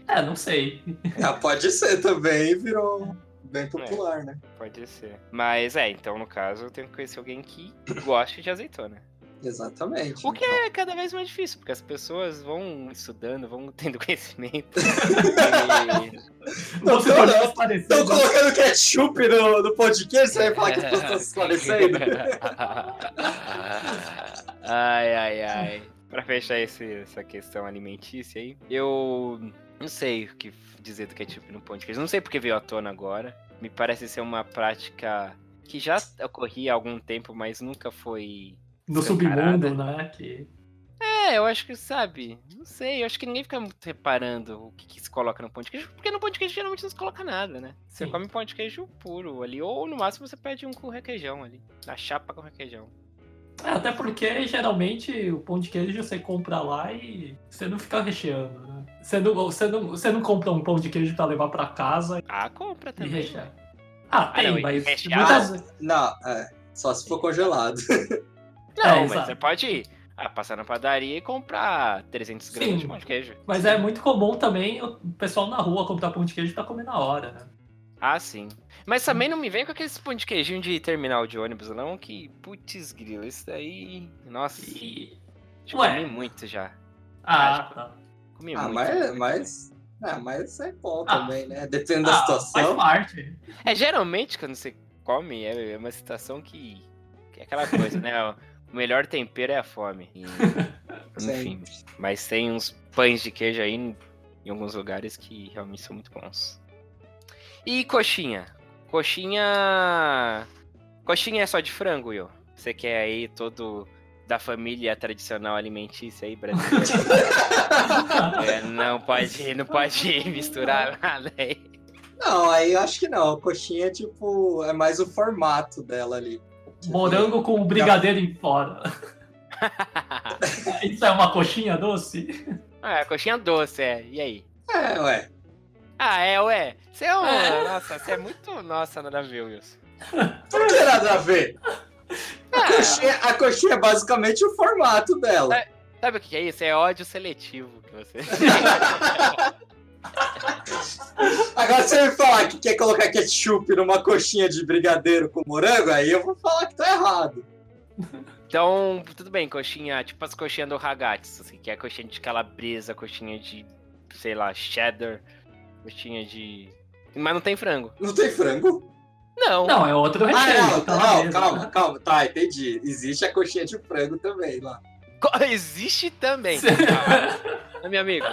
É, não sei.
Ah, pode ser também, virou
É.
bem popular, né?
Pode ser. Mas é, então no caso eu tenho que conhecer alguém que *coughs* goste de azeitona.
Exatamente.
O que é cada vez mais difícil, porque as pessoas vão estudando, vão *laughs* tendo conhecimento. E-
Não,
Você
não,
pode
não.
aparecer.
Estão colocando ketchup no, no podcast, *laughs* você vai falar que as
É. *laughs*
pessoas estão se esclarecendo?
ai, ai, ai. Pra fechar esse- essa questão alimentícia aí, eu não sei o que dizer do ketchup no pão de queijo. Não sei porque veio à tona agora. Me parece ser uma prática que já ocorria há algum tempo, mas nunca foi
No submundo, né? Que...
É, eu acho que, sabe, não sei, eu acho que ninguém fica muito reparando o que, que se coloca no pão de queijo, porque no pão de queijo geralmente não se coloca nada, né? Você
Sim.
come pão de queijo puro ali, ou no máximo você pede um com requeijão ali, na chapa com requeijão.
É, até porque geralmente o pão de queijo você compra lá e você não fica recheando, né? Você não, você não, você não compra um pão de queijo pra levar pra casa
Ah, compra
e
também.
rechear. Ah, tem,
não, e
mas
rechear?
muitas vezes.
Não, é. Só se for congelado.
Não,
É,
mas
exato.
você pode ir, ah, passar na padaria e comprar 300 gramas
Sim.
de pão de queijo.
Mas é muito comum também o pessoal na rua comprar pão de queijo pra comer na hora, né?
Ah, sim. Mas também não me vem com aqueles pão de queijinho de terminal de ônibus, não, que, putz grilo, isso daí, nossa,
E...
já
Ué.
comi muito já.
Ah,
Acho
tá.
Comi
Ah,
É muito.
mas,
muito.
mas, ah, mas é bom
Ah.
também, né? Depende da
Ah, faz
situação.
parte.
É, geralmente quando você come, é é uma situação que. que é aquela coisa, né? O melhor tempero é a fome. E- *laughs* enfim. Mas tem uns pães de queijo aí em, em alguns lugares que realmente são muito bons. E coxinha? Coxinha. Coxinha é só de frango, Will? Você quer aí todo da família tradicional alimentícia aí brasileira? É, não pode, não pode misturar nada aí. *laughs*
Não, aí eu acho que não. Coxinha, tipo, é mais o formato dela ali.
Morango com um brigadeiro em fora. *laughs* Isso é uma coxinha doce?
Ah, coxinha doce, é. E aí?
É, ué.
Ah, é, ué. Você é um.
É.
Nossa, você é muito. Nossa, nada a ver, Wilson. Ah,
Por que nada a ver? A coxinha, a coxinha é basicamente o formato dela.
Sabe o que é isso? É ódio seletivo que você. *laughs*
Agora se você me falar que quer colocar ketchup numa coxinha de brigadeiro com morango, aí eu vou falar que tá errado.
Então, tudo bem, coxinha, tipo as coxinhas do Hagatz, assim, que é coxinha de calabresa, coxinha de, sei lá, cheddar, coxinha de... Mas não tem frango.
Não tem frango?
Não.
Não, é outro
Ah,
recheio.
não,
então,
não,
beleza.
calma, calma. Tá, entendi. Existe a coxinha de frango também lá.
Co- *laughs* Existe também, Ah, meu amigo.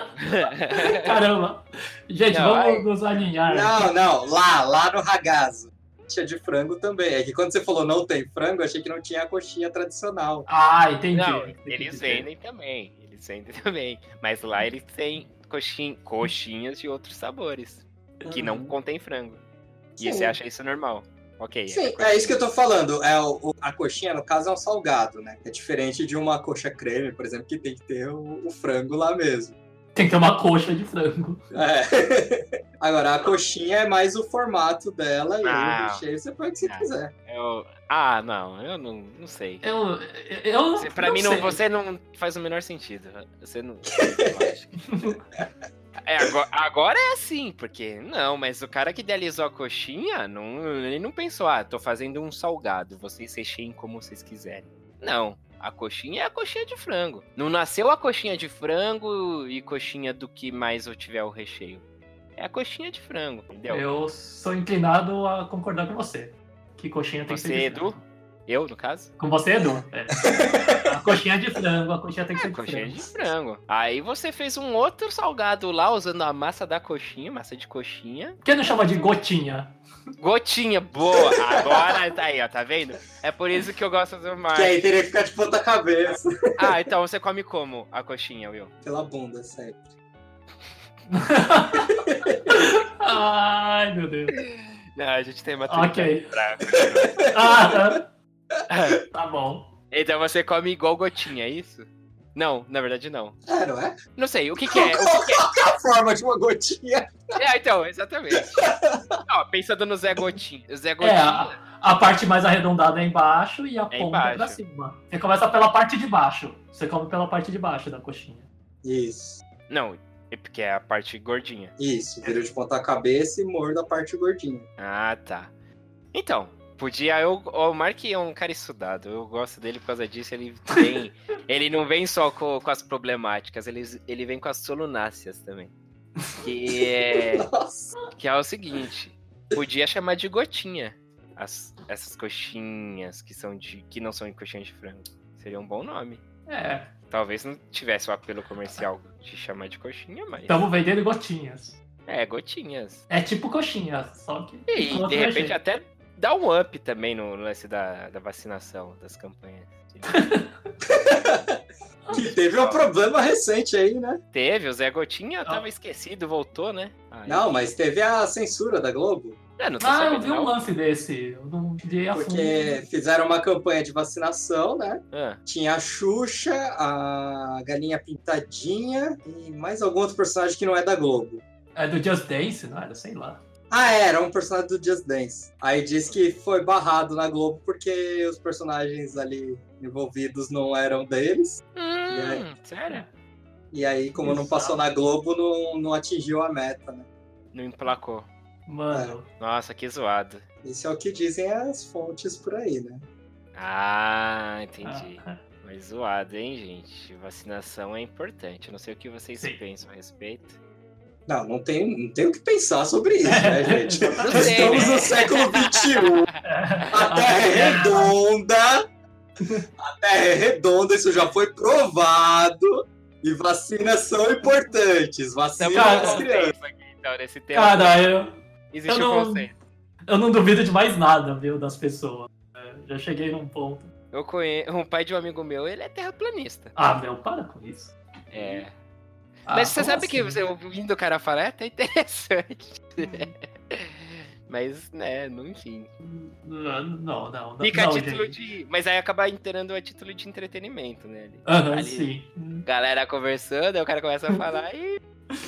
*laughs* Caramba. Gente,
Não,
vamos
aí-
nos alinhar.
Não, não, lá, lá no ragazzo. Coxinha de frango também. É que quando você falou não tem frango, eu achei que não tinha a coxinha tradicional.
Ah, entendi.
Não,
Entendi.
eles vendem também, eles vendem *laughs* também. Mas lá eles têm coxin- coxinhas de outros sabores, que não
Uhum.
contém frango.
Sim.
E você acha isso normal. Ok.
Sim, é isso que eu tô falando. É, o- o- a coxinha, no caso, é um salgado, né? É diferente de uma coxa creme, por exemplo, que tem que ter o, o frango lá mesmo.
Tem que ter uma coxa de frango.
É. *laughs* Agora, a coxinha é mais o formato dela e aí
Ah.
o recheio você põe o que você
Ah.
quiser.
Eu- Ah, não, eu não, não sei.
Eu. eu
Você, pra mim,
sei.
não, você não faz o menor sentido. Você
*laughs*
não. eu acho que- É, agora, agora é assim, porque. Não, mas o cara que idealizou a coxinha, não, ele não pensou, ah, tô fazendo um salgado, vocês recheiem como vocês quiserem. Não. A coxinha é a coxinha de frango. Não nasceu a coxinha de frango e coxinha do que mais eu tiver o recheio. É a coxinha de frango, entendeu? Eu,
Eu sou inclinado a concordar com você. Que coxinha tem que
Você,
ser. de
Edu?
frango.
no caso?
Com você, Edu. É. A coxinha de frango, a coxinha tem
É,
que ser de
coxinha
frango.
de frango. Aí você fez um outro salgado lá usando a massa da coxinha, massa de coxinha.
Por que não chama de gotinha?
Gotinha, boa! Agora tá aí, ó, tá vendo? É por isso que eu gosto do mar.
Que aí teria que ficar de ponta cabeça. *laughs*
Ah, então você come como a coxinha, Will?
Pela bunda, sério.
Ai, meu Deus.
Não, a gente tem maturidade.
Ok.
pra-
Ah, tá. *laughs* tá bom.
Então você come igual gotinha, é isso? Não, na verdade não.
É, não é?
Não sei, o que *laughs* que é? O que que é?
A forma de uma gotinha.
É, então, *laughs* exatamente. Ó, pensando no Zé Gotinha. Zé
É,
Gotinha...
a, a parte mais arredondada é embaixo e a
É
ponta é pra
embaixo.
cima. Você começa pela parte de baixo. Você come pela parte de baixo da coxinha.
Isso.
Não, é porque é a parte gordinha.
Isso, vira de ponta cabeça e morda a parte gordinha.
Ah, tá. Então, podia. Eu, o Mark é um cara estudado. Eu gosto dele por causa disso. Ele *laughs* tem. ele não vem só co- com, as problemáticas, ele, ele vem com as solunáceas também. Que é,
Nossa.
que é o seguinte: podia chamar de gotinha as- essas coxinhas que são de. que não são coxinhas de frango. Seria um bom nome.
É,
Talvez não tivesse o apelo comercial de chamar de coxinha, mas.
estamos vendendo gotinhas.
É, gotinhas.
É tipo coxinha, só que.
E
com
de
outro
repente
recheio.
até dá um up também no lance da, da vacinação, das campanhas. *laughs*
Que teve um problema recente aí, né?
Teve, o Zé Gotinha tava esquecido, voltou, né? Aí-
Não, mas teve a censura da Globo,
É, não tô
Ah, eu
sabendo,
vi um
não.
lance desse. Eu não vi a Tá fundo.
porque fizeram uma campanha de vacinação, né?
Ah,
Tinha a Xuxa, a Galinha Pintadinha e mais algum outro personagem que não é da Globo.
É do Just Dance, não era? Sei lá.
Ah, era um personagem do Just Dance. Aí diz que foi barrado na Globo porque os personagens ali envolvidos não eram deles.
hum, sério?
E aí, como não passou na Globo, não, não atingiu a meta, né?
Não emplacou.
Mano.
Nossa, que zoado.
Isso é o que dizem as fontes por aí, né?
Ah,
*laughs*
entendi.
ah,
Mas zoado, hein, gente? Vacinação é importante. Eu Não sei o que vocês
Sim.
pensam a respeito.
Não, não tem, não tem o que pensar sobre isso, né, gente?
Não
Nós
sei,
Estamos
né?
no século um. XXI. A Terra é redonda. A Terra é redonda, isso já foi provado. E vacinas são importantes.
Temos
Vacina é
Cara,
das
um
crianças.
consenso aqui, então, nesse tema.
*laughs* Cara, Ah, eu,
Existe
eu
um
não-
consenso.
eu não duvido de mais nada, viu, das pessoas. É, Já cheguei num ponto.
Eu conheço. Um pai de um amigo meu, ele é terraplanista.
Ah, meu, para com isso.
É.
Ah,
Mas você
como
sabe que
assim?
você ouvindo o cara falar é até interessante. *laughs* Mas, né, não, enfim.
assim? Não, não, não. não,
Fica
não
a título
gente.
de. Mas aí acaba inteirando a título de entretenimento, né? ali.
Aham,
Ali,
sim.
Galera conversando, aí o cara começa a falar
*laughs*
e.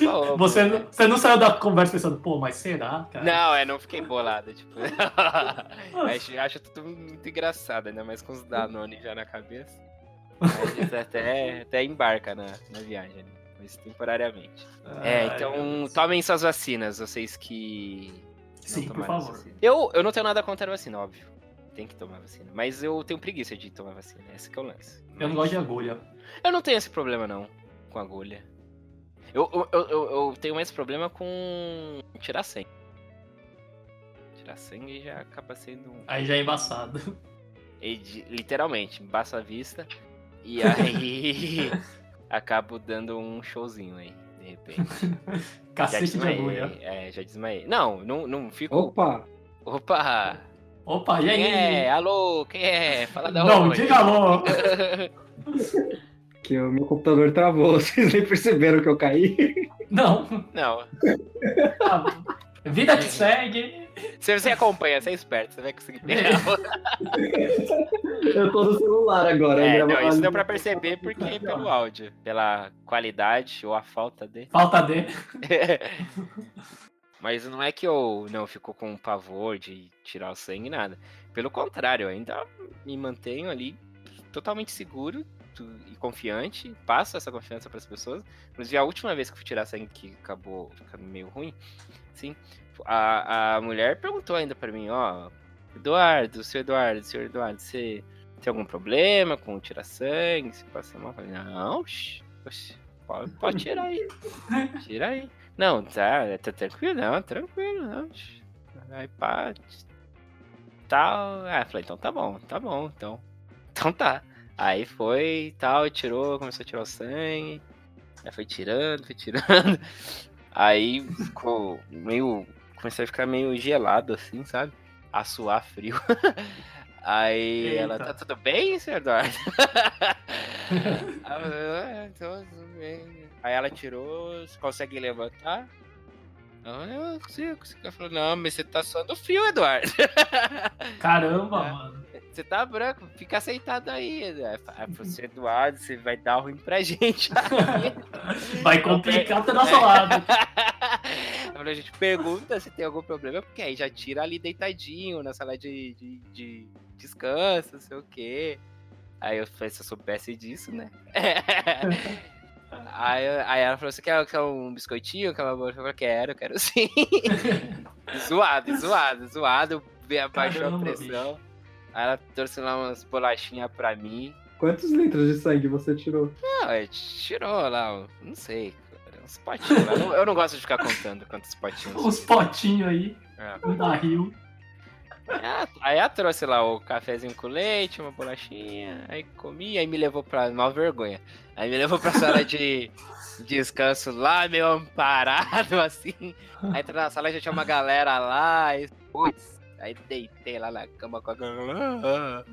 Pô,
Você, não- você não saiu da conversa pensando, pô, mas será, cara?
Não, é, não fiquei bolado, tipo.
*laughs*
acho, acho tudo muito engraçado, ainda mais com os Danone já na cabeça. Mas isso
*laughs*
até, até embarca na, na viagem, né? mas temporariamente. É,
Ai, Ah, meu
então
Deus.
tomem suas vacinas, vocês que. que não
Sim, por
tomaram
favor.
vacina. Eu, eu não tenho nada contra a vacina, óbvio. Tem que tomar vacina. Mas eu tenho preguiça de tomar vacina. Esse que é o lance.
Eu não gosto de agulha.
Eu não tenho esse problema, não, com agulha. Eu, eu, eu, eu- eu tenho mais problema com tirar sangue. Tirar sangue já acaba sendo um.
Aí já é embaçado.
e de- Literalmente, embaça a vista. E
*laughs*
aí. acabo dando um showzinho aí, de repente.
*laughs* Cacete de né? agulha.
É, já desmaiei. Não, não, não fico.
Opa!
Opa!
Opa, e aí?
Quem é? Alô, quem é? Fala da
não,
onde?
diga alô.
Que o meu computador travou. *laughs* Vocês nem perceberam que eu caí?
Não.
Não.
Ah, Vida que segue.
Se você acompanha, você é esperto, você vai conseguir
É.
pegar.
Eu tô no celular agora. eu
É,
gravo
não, isso
ali.
deu pra perceber porque pelo áudio, pela qualidade ou a falta de.
Falta de.
*laughs* Mas não é que eu não fico com pavor de tirar o sangue, nada. Pelo contrário, eu ainda me mantenho ali totalmente seguro tu- e confiante, passo essa confiança para as pessoas. Inclusive, a última vez que eu fui tirar sangue, que acabou ficando meio ruim, sim, a, a mulher perguntou ainda para mim: Ó, Eduardo, seu Eduardo, senhor Eduardo, você tem algum problema com tirar sangue? Você passa mal? Eu falei: Não, oxi, oxi, pode, pode tirar aí, tira aí. Não, tá, tá tranquilo, não, tranquilo, não. Aí pá. Tal. Ah, falei, então tá bom, tá bom, então. *laughs* Então tá. Aí foi tal, tirou, começou a tirar o sangue. Aí foi tirando, foi tirando. *laughs* Aí ficou meio. Comecei a ficar meio gelado assim, sabe? A suar frio. *laughs* Aí ela,
Eita.
tá tudo bem, senhor Eduardo? *laughs* Aí eu falei, "Ah, tô tudo bem." Aí ela tirou, "Você consegue levantar? Ela, eu consigo, consigo. Ela falou, não, mas você tá suando frio, Eduardo.
Caramba,
É.
mano.
Você tá branco, fica sentado aí. Eduardo." Aí eu falei, Você, Eduardo, você vai dar ruim pra gente.
Vai complicar até
É.
nosso lado.
Eu falei, a gente pergunta se tem algum problema, porque aí já tira ali deitadinho na sala de, de, de descanso, não sei o quê. Aí eu falei, se eu soubesse disso, né? aí, eu- aí ela falou, você quer, quer um biscoitinho, quer uma bolsa? Eu falei, quero, quero sim. zoado, zoado, zoado. Bem, Abaixou
Caramba,
a pressão. Aí ela trouxe lá umas bolachinhas pra mim.
Quantos litros de sangue você tirou?
Não, é, tirou lá, um- não sei, cara, uns potinhos lá. Eu não- Eu não gosto de ficar contando quantos potinhos.
*laughs* Os potinhos aí,
É.
um barril.
Ah, Aí ela trouxe lá o cafezinho com leite, uma bolachinha, aí comi, aí me levou pra. Mal vergonha. Aí me levou pra sala de descanso lá, meio amparado, *laughs* assim. Aí entra na sala já tinha uma galera lá, e. Putz, aí deitei lá na cama com a galera.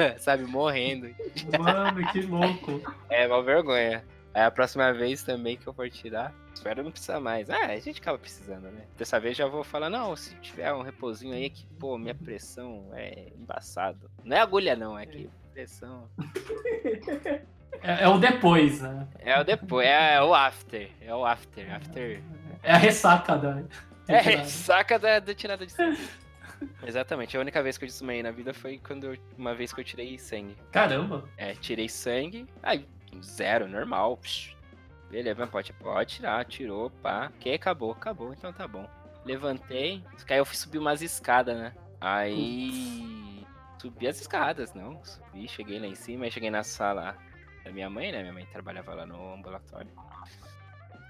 *laughs* Sabe, morrendo.
Mano, que louco.
É, mal vergonha. Aí a próxima vez também que eu for tirar, espero não precisar mais. Ah, a gente acaba precisando, né? Dessa vez já vou falar, não, se tiver um repousinho aí que, pô, minha pressão é embaçado. Não é agulha não, é que pressão.
É, é o depois, né?
É o depois, é o after, é o after, after.
É a ressaca da.
É, saca da, da tirada de sangue. Exatamente, a única vez que eu desmaiei na vida foi quando eu- uma vez que eu tirei sangue.
Caramba.
É, tirei sangue. Aí, zero, normal. psh. Beleza, mas pode, pode tirar, tirou, pá. Que acabou, acabou, então tá bom. Levantei, aí eu fui subir umas escadas, né? Aí. Subi as escadas, não. Subi, cheguei lá em cima, aí cheguei na sala da minha mãe, né? Minha mãe trabalhava lá no ambulatório.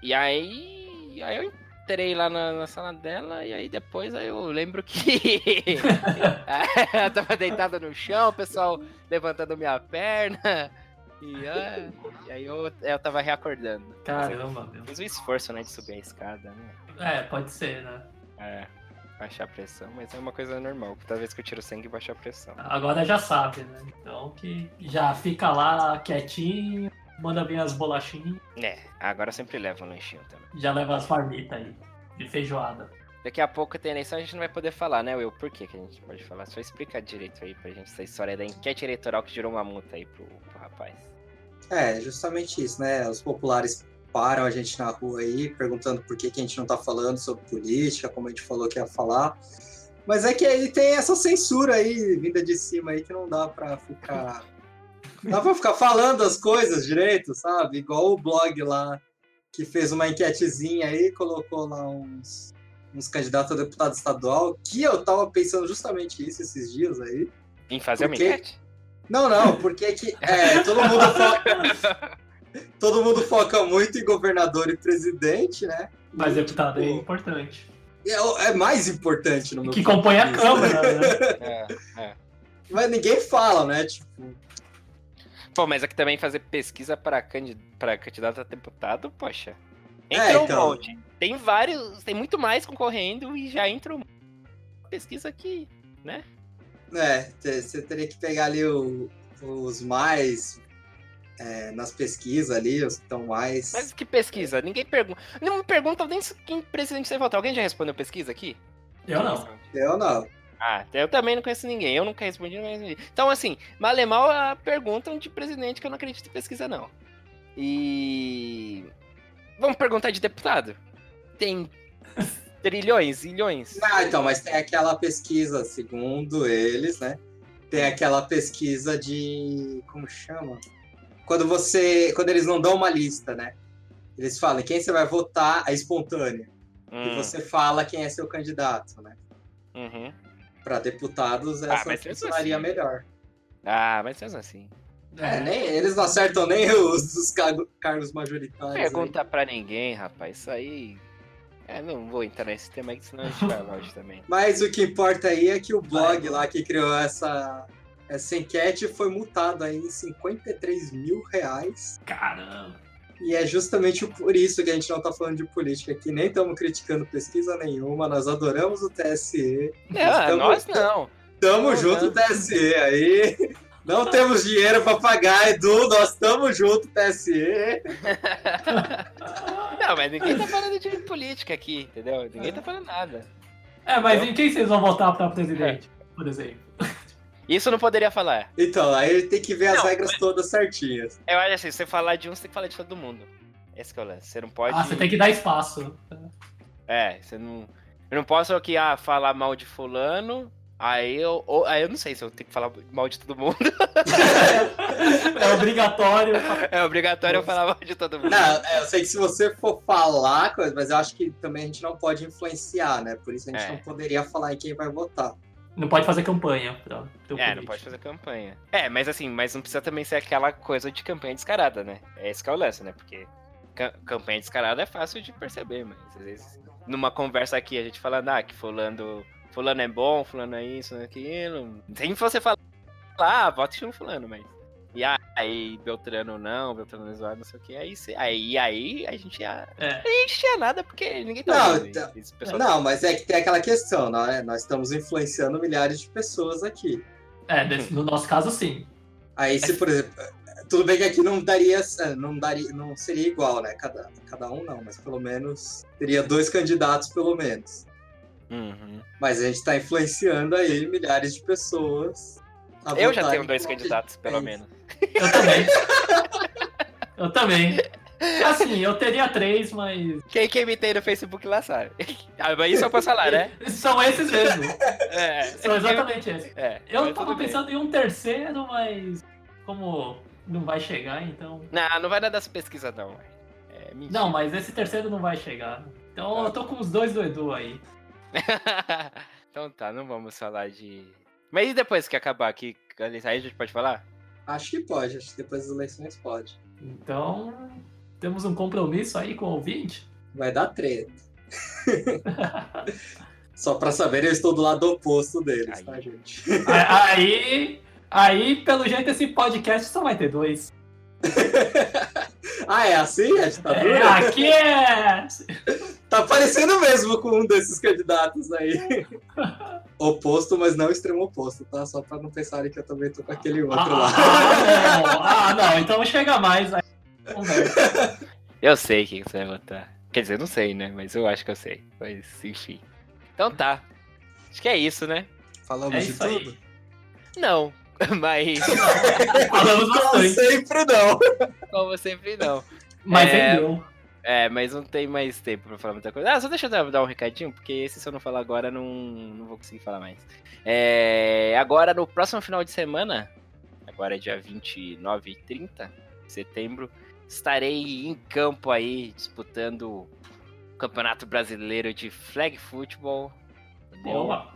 E aí. Aí eu entrei lá na, na sala dela, e aí depois aí eu lembro que. *laughs* eu tava deitada no chão, o pessoal levantando minha perna. E, ah, e aí eu, eu tava reacordando.
Caramba, meu.
Fiz um esforço, né, de subir a escada, né?
É, pode ser, né?
É, baixar a pressão, mas é uma coisa normal. porque Toda vez que eu tiro sangue, baixa a pressão.
Agora já sabe, né? Então que já fica lá quietinho, manda vir as bolachinhas,
É, agora eu sempre levo um lanchinho também.
já leva as marmitas aí. De feijoada.
Daqui a pouco tem eleição, a gente não vai poder falar, né, Will? Por que que a gente pode falar? Só explica direito aí pra gente essa história da enquete eleitoral que gerou uma multa aí pro, pro rapaz.
É, justamente isso, né? Os populares param a gente na rua aí, perguntando por que, que a gente não tá falando sobre política, como a gente falou que ia falar. Mas é que aí tem essa censura aí, vinda de cima aí, que não dá pra ficar. não Dá pra ficar falando as coisas direito, sabe? Igual o blog lá, que fez uma enquetezinha aí, colocou lá uns, uns candidatos a deputado estadual, que eu tava pensando justamente isso esses dias aí.
Em fazer
Por
uma
quê? *laughs*
enquete?
Não, não, porque é que é, todo, mundo foca, todo mundo foca muito em governador e presidente, né?
Mas deputado é
Tipo,
importante.
é, o- é mais importante no meu
Que
ponto
compõe
de
a
vista.
Câmara, né?
É.
Mas ninguém fala, né? Tipo,
*laughs* Pô, mas é que também fazer pesquisa pra, candid... pra candidato a deputado, poxa.
É,
Entra
então.
um monte. Tem vários, tem muito mais concorrendo e já entra um... pesquisa que.
né? te- Você teria que pegar ali o- os mais é, nas pesquisas ali, os que estão mais.
Mas que pesquisa? Ninguém pergunta. Não me perguntam nem se- quem presidente você votar. Alguém já respondeu pesquisa aqui?
Eu não.
Eu não.
Ah, eu também não conheço ninguém. Eu nunca respondi, não conheço ninguém. Então, assim, malemal ah, perguntam de presidente que eu não acredito em pesquisa, não. E. Vamos perguntar de deputado?
*laughs*
Tem trilhões, ilhões.
Ah, então, mas tem aquela pesquisa, segundo eles, né? Tem aquela pesquisa de. Como chama? Quando você. Quando eles não dão uma lista, né? Eles falam quem você vai votar é espontânea. E
Hum,
você fala quem é seu candidato, né?
uhum.
Para deputados,
Ah,
essa
mas isso
funcionaria
assim-
melhor.
Ah, mas mesmo assim.
É, nem, eles não acertam nem os, os cargo- cargos majoritários. aí.
Pergunta pra ninguém, rapaz. Isso aí. É, não vou entrar nesse tema aí, que senão a gente vai longe também.
Mas o que importa aí é que o blog lá que criou essa, essa enquete foi multado aí em 53 mil reais.
Caramba.
E é justamente por isso que a gente não tá falando de política aqui, nem estamos criticando pesquisa nenhuma, nós adoramos o TSE.
Não,
Estamos-
nós não.
Tamo
Não,
junto,
não.
TSE, aí. Não temos dinheiro para pagar, Edu, nós estamos junto, TSE.
Não, mas ninguém
*laughs*
tá falando de política aqui, entendeu? Ninguém tá falando nada.
É, mas em quem vocês vão votar pra presidente,
É.
por exemplo?
Isso eu não poderia falar.
Então, aí tem que ver as
Não,
regras todas certinhas.
Eu acho assim, se você falar de um, você tem que falar de todo mundo. Esse que é o lance. Você não pode.
Ah, você tem que dar
*laughs*
espaço.
É, você não. Eu não posso aqui ah, falar mal de fulano. Aí eu. Ou, aí eu não sei se eu tenho que falar mal de todo mundo. *laughs*
É obrigatório.
É obrigatório eu falar mal de todo mundo.
Não, é, eu sei que se você for falar coisa, mas eu acho que também a gente não pode influenciar, né? Por isso a gente
É.
não poderia falar em quem vai votar.
Não pode fazer campanha. Pra ter um
É, não
político.
pode fazer campanha. É, mas assim, mas não precisa também ser aquela coisa de campanha descarada, né? É esse que é o lance, né? Porque ca- campanha descarada é fácil de perceber, mas às vezes numa conversa aqui a gente falando, ah, que fulano, fulano é bom, fulano é isso, fulano é aquilo. Sem você falar, ah, vota no fulano, mas... E aí, Beltrano não, Beltrano é zoado, não sei o que. Aí, cê- aí, aí a gente ia...
É.
A gente tinha nada, porque ninguém tá
Não,
ouvindo
então-
esse pessoal.
Não, mas é que tem aquela questão, né? Nós estamos influenciando milhares de pessoas aqui.
É, nesse- no nosso caso, sim.
Aí
É.
se, por exemplo, tudo bem que aqui não daria, é, não daria, não seria igual, né? Cada, cada um não, mas pelo menos teria dois candidatos pelo menos.
Uhum.
Mas a gente tá influenciando aí milhares de pessoas. a
Eu já
votarem
tenho dois
por alguém.
candidatos, pelo
Pensa.
menos.
Eu também. Eu também. Assim, eu teria três, mas.
Quem, quem me tem no Facebook lá sabe. Ah, mas isso eu posso falar, né?
São esses mesmo.
É.
São exatamente esses.
É,
Eu
mas
tava
tudo bem.
pensando em um terceiro, mas. Como não vai chegar, então.
Não, não vai dar dessa pesquisa, não. É, mentira.
Não, mas esse terceiro não vai chegar. Então eu tô com os dois do Edu aí.
*laughs* então tá, não vamos falar de. Mas e depois que acabar aqui, aí a gente pode falar?
Acho que pode, acho que depois das eleições pode.
Então. Temos um compromisso aí com o ouvinte?
Vai dar
*laughs*
treta. Só pra saber, eu estou do lado oposto deles,
Aí.
tá, gente?
A- aí. Aí, pelo jeito, esse podcast só vai ter dois.
Ah, é assim? A
É,
ditadura?
aqui é.
Tá parecendo mesmo com um desses candidatos aí. oposto, mas não extremo oposto, tá? Só pra não pensarem que eu também tô com aquele outro
ah,
lá.
ah, não. Ah, não. Então chega mais. Aí, conversa.
Eu sei quem você vai votar. Quer dizer, eu não sei, né? Mas eu acho que eu sei. Mas enfim. Então tá. Acho que é isso, né?
Falamos
É
de
isso aí.
tudo?
Não. *laughs* Mas,
Falamos
Não,
bastante.
sempre não.
como sempre, não.
Mas
É.
vendeu.
É, mas não tem mais tempo pra falar muita coisa. Ah, só deixa eu dar- dar um recadinho, porque esse se eu não falar agora, não, não vou conseguir falar mais. É, agora, no próximo final de semana, agora é dia 29 e 30 de setembro, estarei em campo aí, disputando o Campeonato Brasileiro de Flag Football. entendeu?
Boa.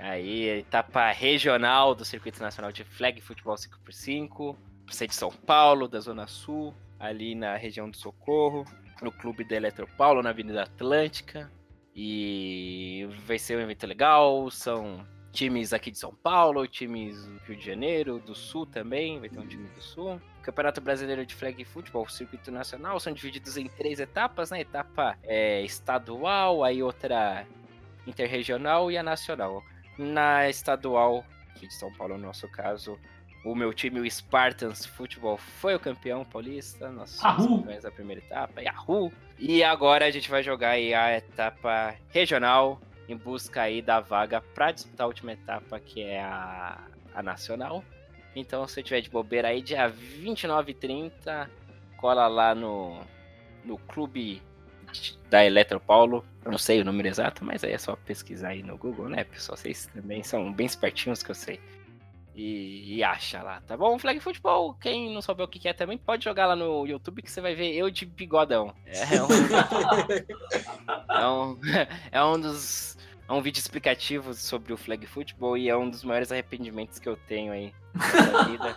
Aí, etapa regional do Circuito Nacional de Flag Futebol 5x5. Você de São Paulo, da Zona Sul, ali na região do Socorro, no Clube da Eletro Paulo, na Avenida Atlântica. E vai ser um evento legal. São times aqui de São Paulo, times do Rio de Janeiro, do Sul também, vai ter um time do Sul. Campeonato Brasileiro de Flag Futebol, Circuito Nacional, são divididos em três etapas, né? Etapa é, estadual, aí outra interregional e a nacional. Na estadual, aqui de São Paulo no nosso caso, o meu time, o Spartans Futebol, foi o campeão paulista. Nós somos
Ahu!
campeões da primeira etapa, Yahoo! E agora a gente vai jogar aí a etapa regional, em busca aí da vaga pra disputar a última etapa, que é a, a nacional. Então, se você tiver de bobeira aí, dia 29 e 30, cola lá no, no clube da Eletro Paulo. Eu não sei o número exato, mas aí é só pesquisar aí no Google, né, pessoal? Vocês também são bem espertinhos que eu sei. E, e acha lá, tá bom? Flag Futebol, quem não souber o que que é também, pode jogar lá no YouTube que você vai ver eu de bigodão. É um *laughs* é um, é um dos. É um vídeo explicativo sobre o flag football e é um dos maiores arrependimentos que eu tenho aí na vida.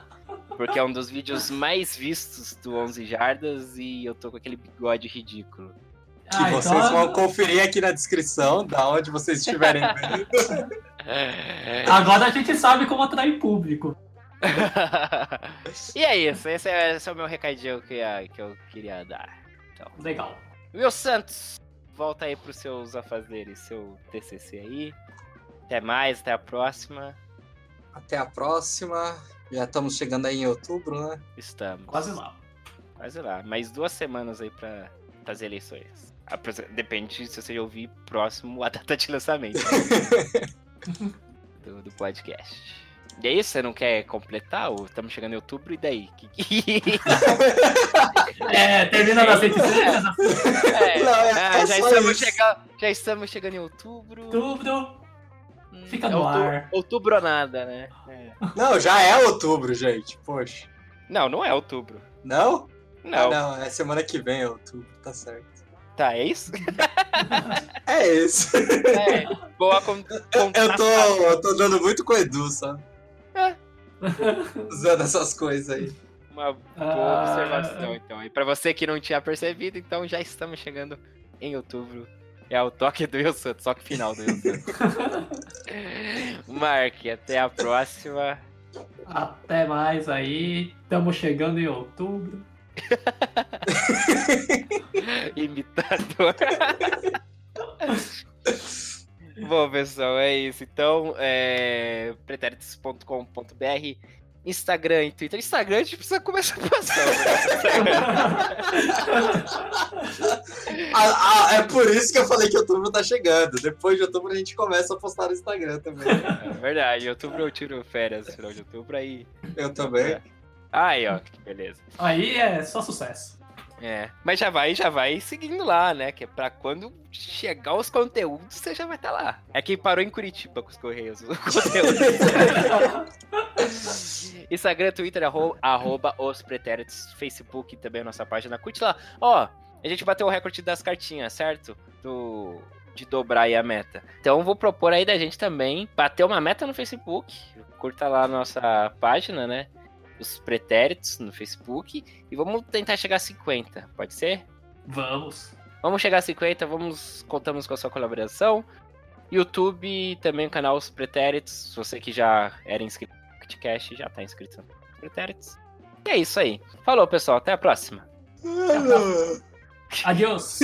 Porque é um dos vídeos mais vistos do 11 Jardas e eu tô com aquele bigode ridículo.
Que
Ah,
vocês
então-
vão conferir aqui na descrição, da onde vocês estiverem vendo.
Agora a gente sabe como atrair público.
*laughs* e é isso, esse é, esse é o meu recadinho que, ia- que eu queria dar. Então,
Legal.
Will Santos, volta aí pros seus afazeres, seu TCC aí. Até mais, até a próxima.
Até a próxima. Já estamos chegando aí em outubro, né?
Estamos.
Quase lá.
Quase lá. Mais duas semanas aí pra, pras eleições. A pres- Depende se você ouvir próximo a data de lançamento
*laughs*
né? do, do podcast. E é isso? Você não quer completar? Estamos chegando em outubro e daí? Que- que-
É, termina
*laughs*
na 106 na
É,
Não, é
ah,
só
já, estamos
isso.
chegando, já estamos chegando em outubro.
outubro.
Hum,
Fica
é
no
outubro,
ar.
Outubro ou nada, né? É.
Não, já é outubro, gente. Poxa.
Não, não é outubro.
Não? Ah,
Não.
não, é semana que vem é outubro, tá certo.
Tá, é
*laughs*
isso?
É isso.
É. Boa con-
Eu tô,
contratação.
eu tô dando muito com o Edu, sabe?
É.
Usando essas coisas aí.
Uma boa
Ah.
observação, então. E pra você que não tinha percebido, então já estamos chegando em outubro. É o toque do Will Santos, toque final do Will Santos. Mark, até a próxima.
Até mais aí. Estamos chegando em outubro.
Imitador. Bom, pessoal, é isso. Então, é... pretéritos.com.br, Instagram e Twitter. Instagram a gente precisa começar a passar. né?
Ah, ah, é por isso que eu falei que outubro tá chegando. Depois de outubro a gente começa a postar no Instagram também.
É verdade, outubro eu tiro férias, final de outubro aí.
Eu também.
Aí, ó, que beleza.
aí é só sucesso. *laughs*
É, mas já vai, já vai seguindo lá, né? Que é pra quando chegar os conteúdos, você já vai estar lá. É quem parou em Curitiba com os *laughs* Correios. O conteúdo. Instagram, Twitter, é arro- arroba, os pretéritos, Facebook também a nossa página. Curte lá. Ó, a gente bateu o recorde das cartinhas, certo? Do. De dobrar aí a meta. Então vou propor aí da gente também bater uma meta no Facebook. Curta lá a nossa página, né? Os pretéritos no Facebook. E vamos tentar chegar a 50, pode ser?
Vamos.
Vamos chegar a 50, vamos contamos com a sua colaboração. YouTube, também o canal Os Pretéritos. Você que já era inscrito no podcast, já tá inscrito no Pretéritos. E é isso aí. Falou, pessoal. Até a próxima.
Adiós.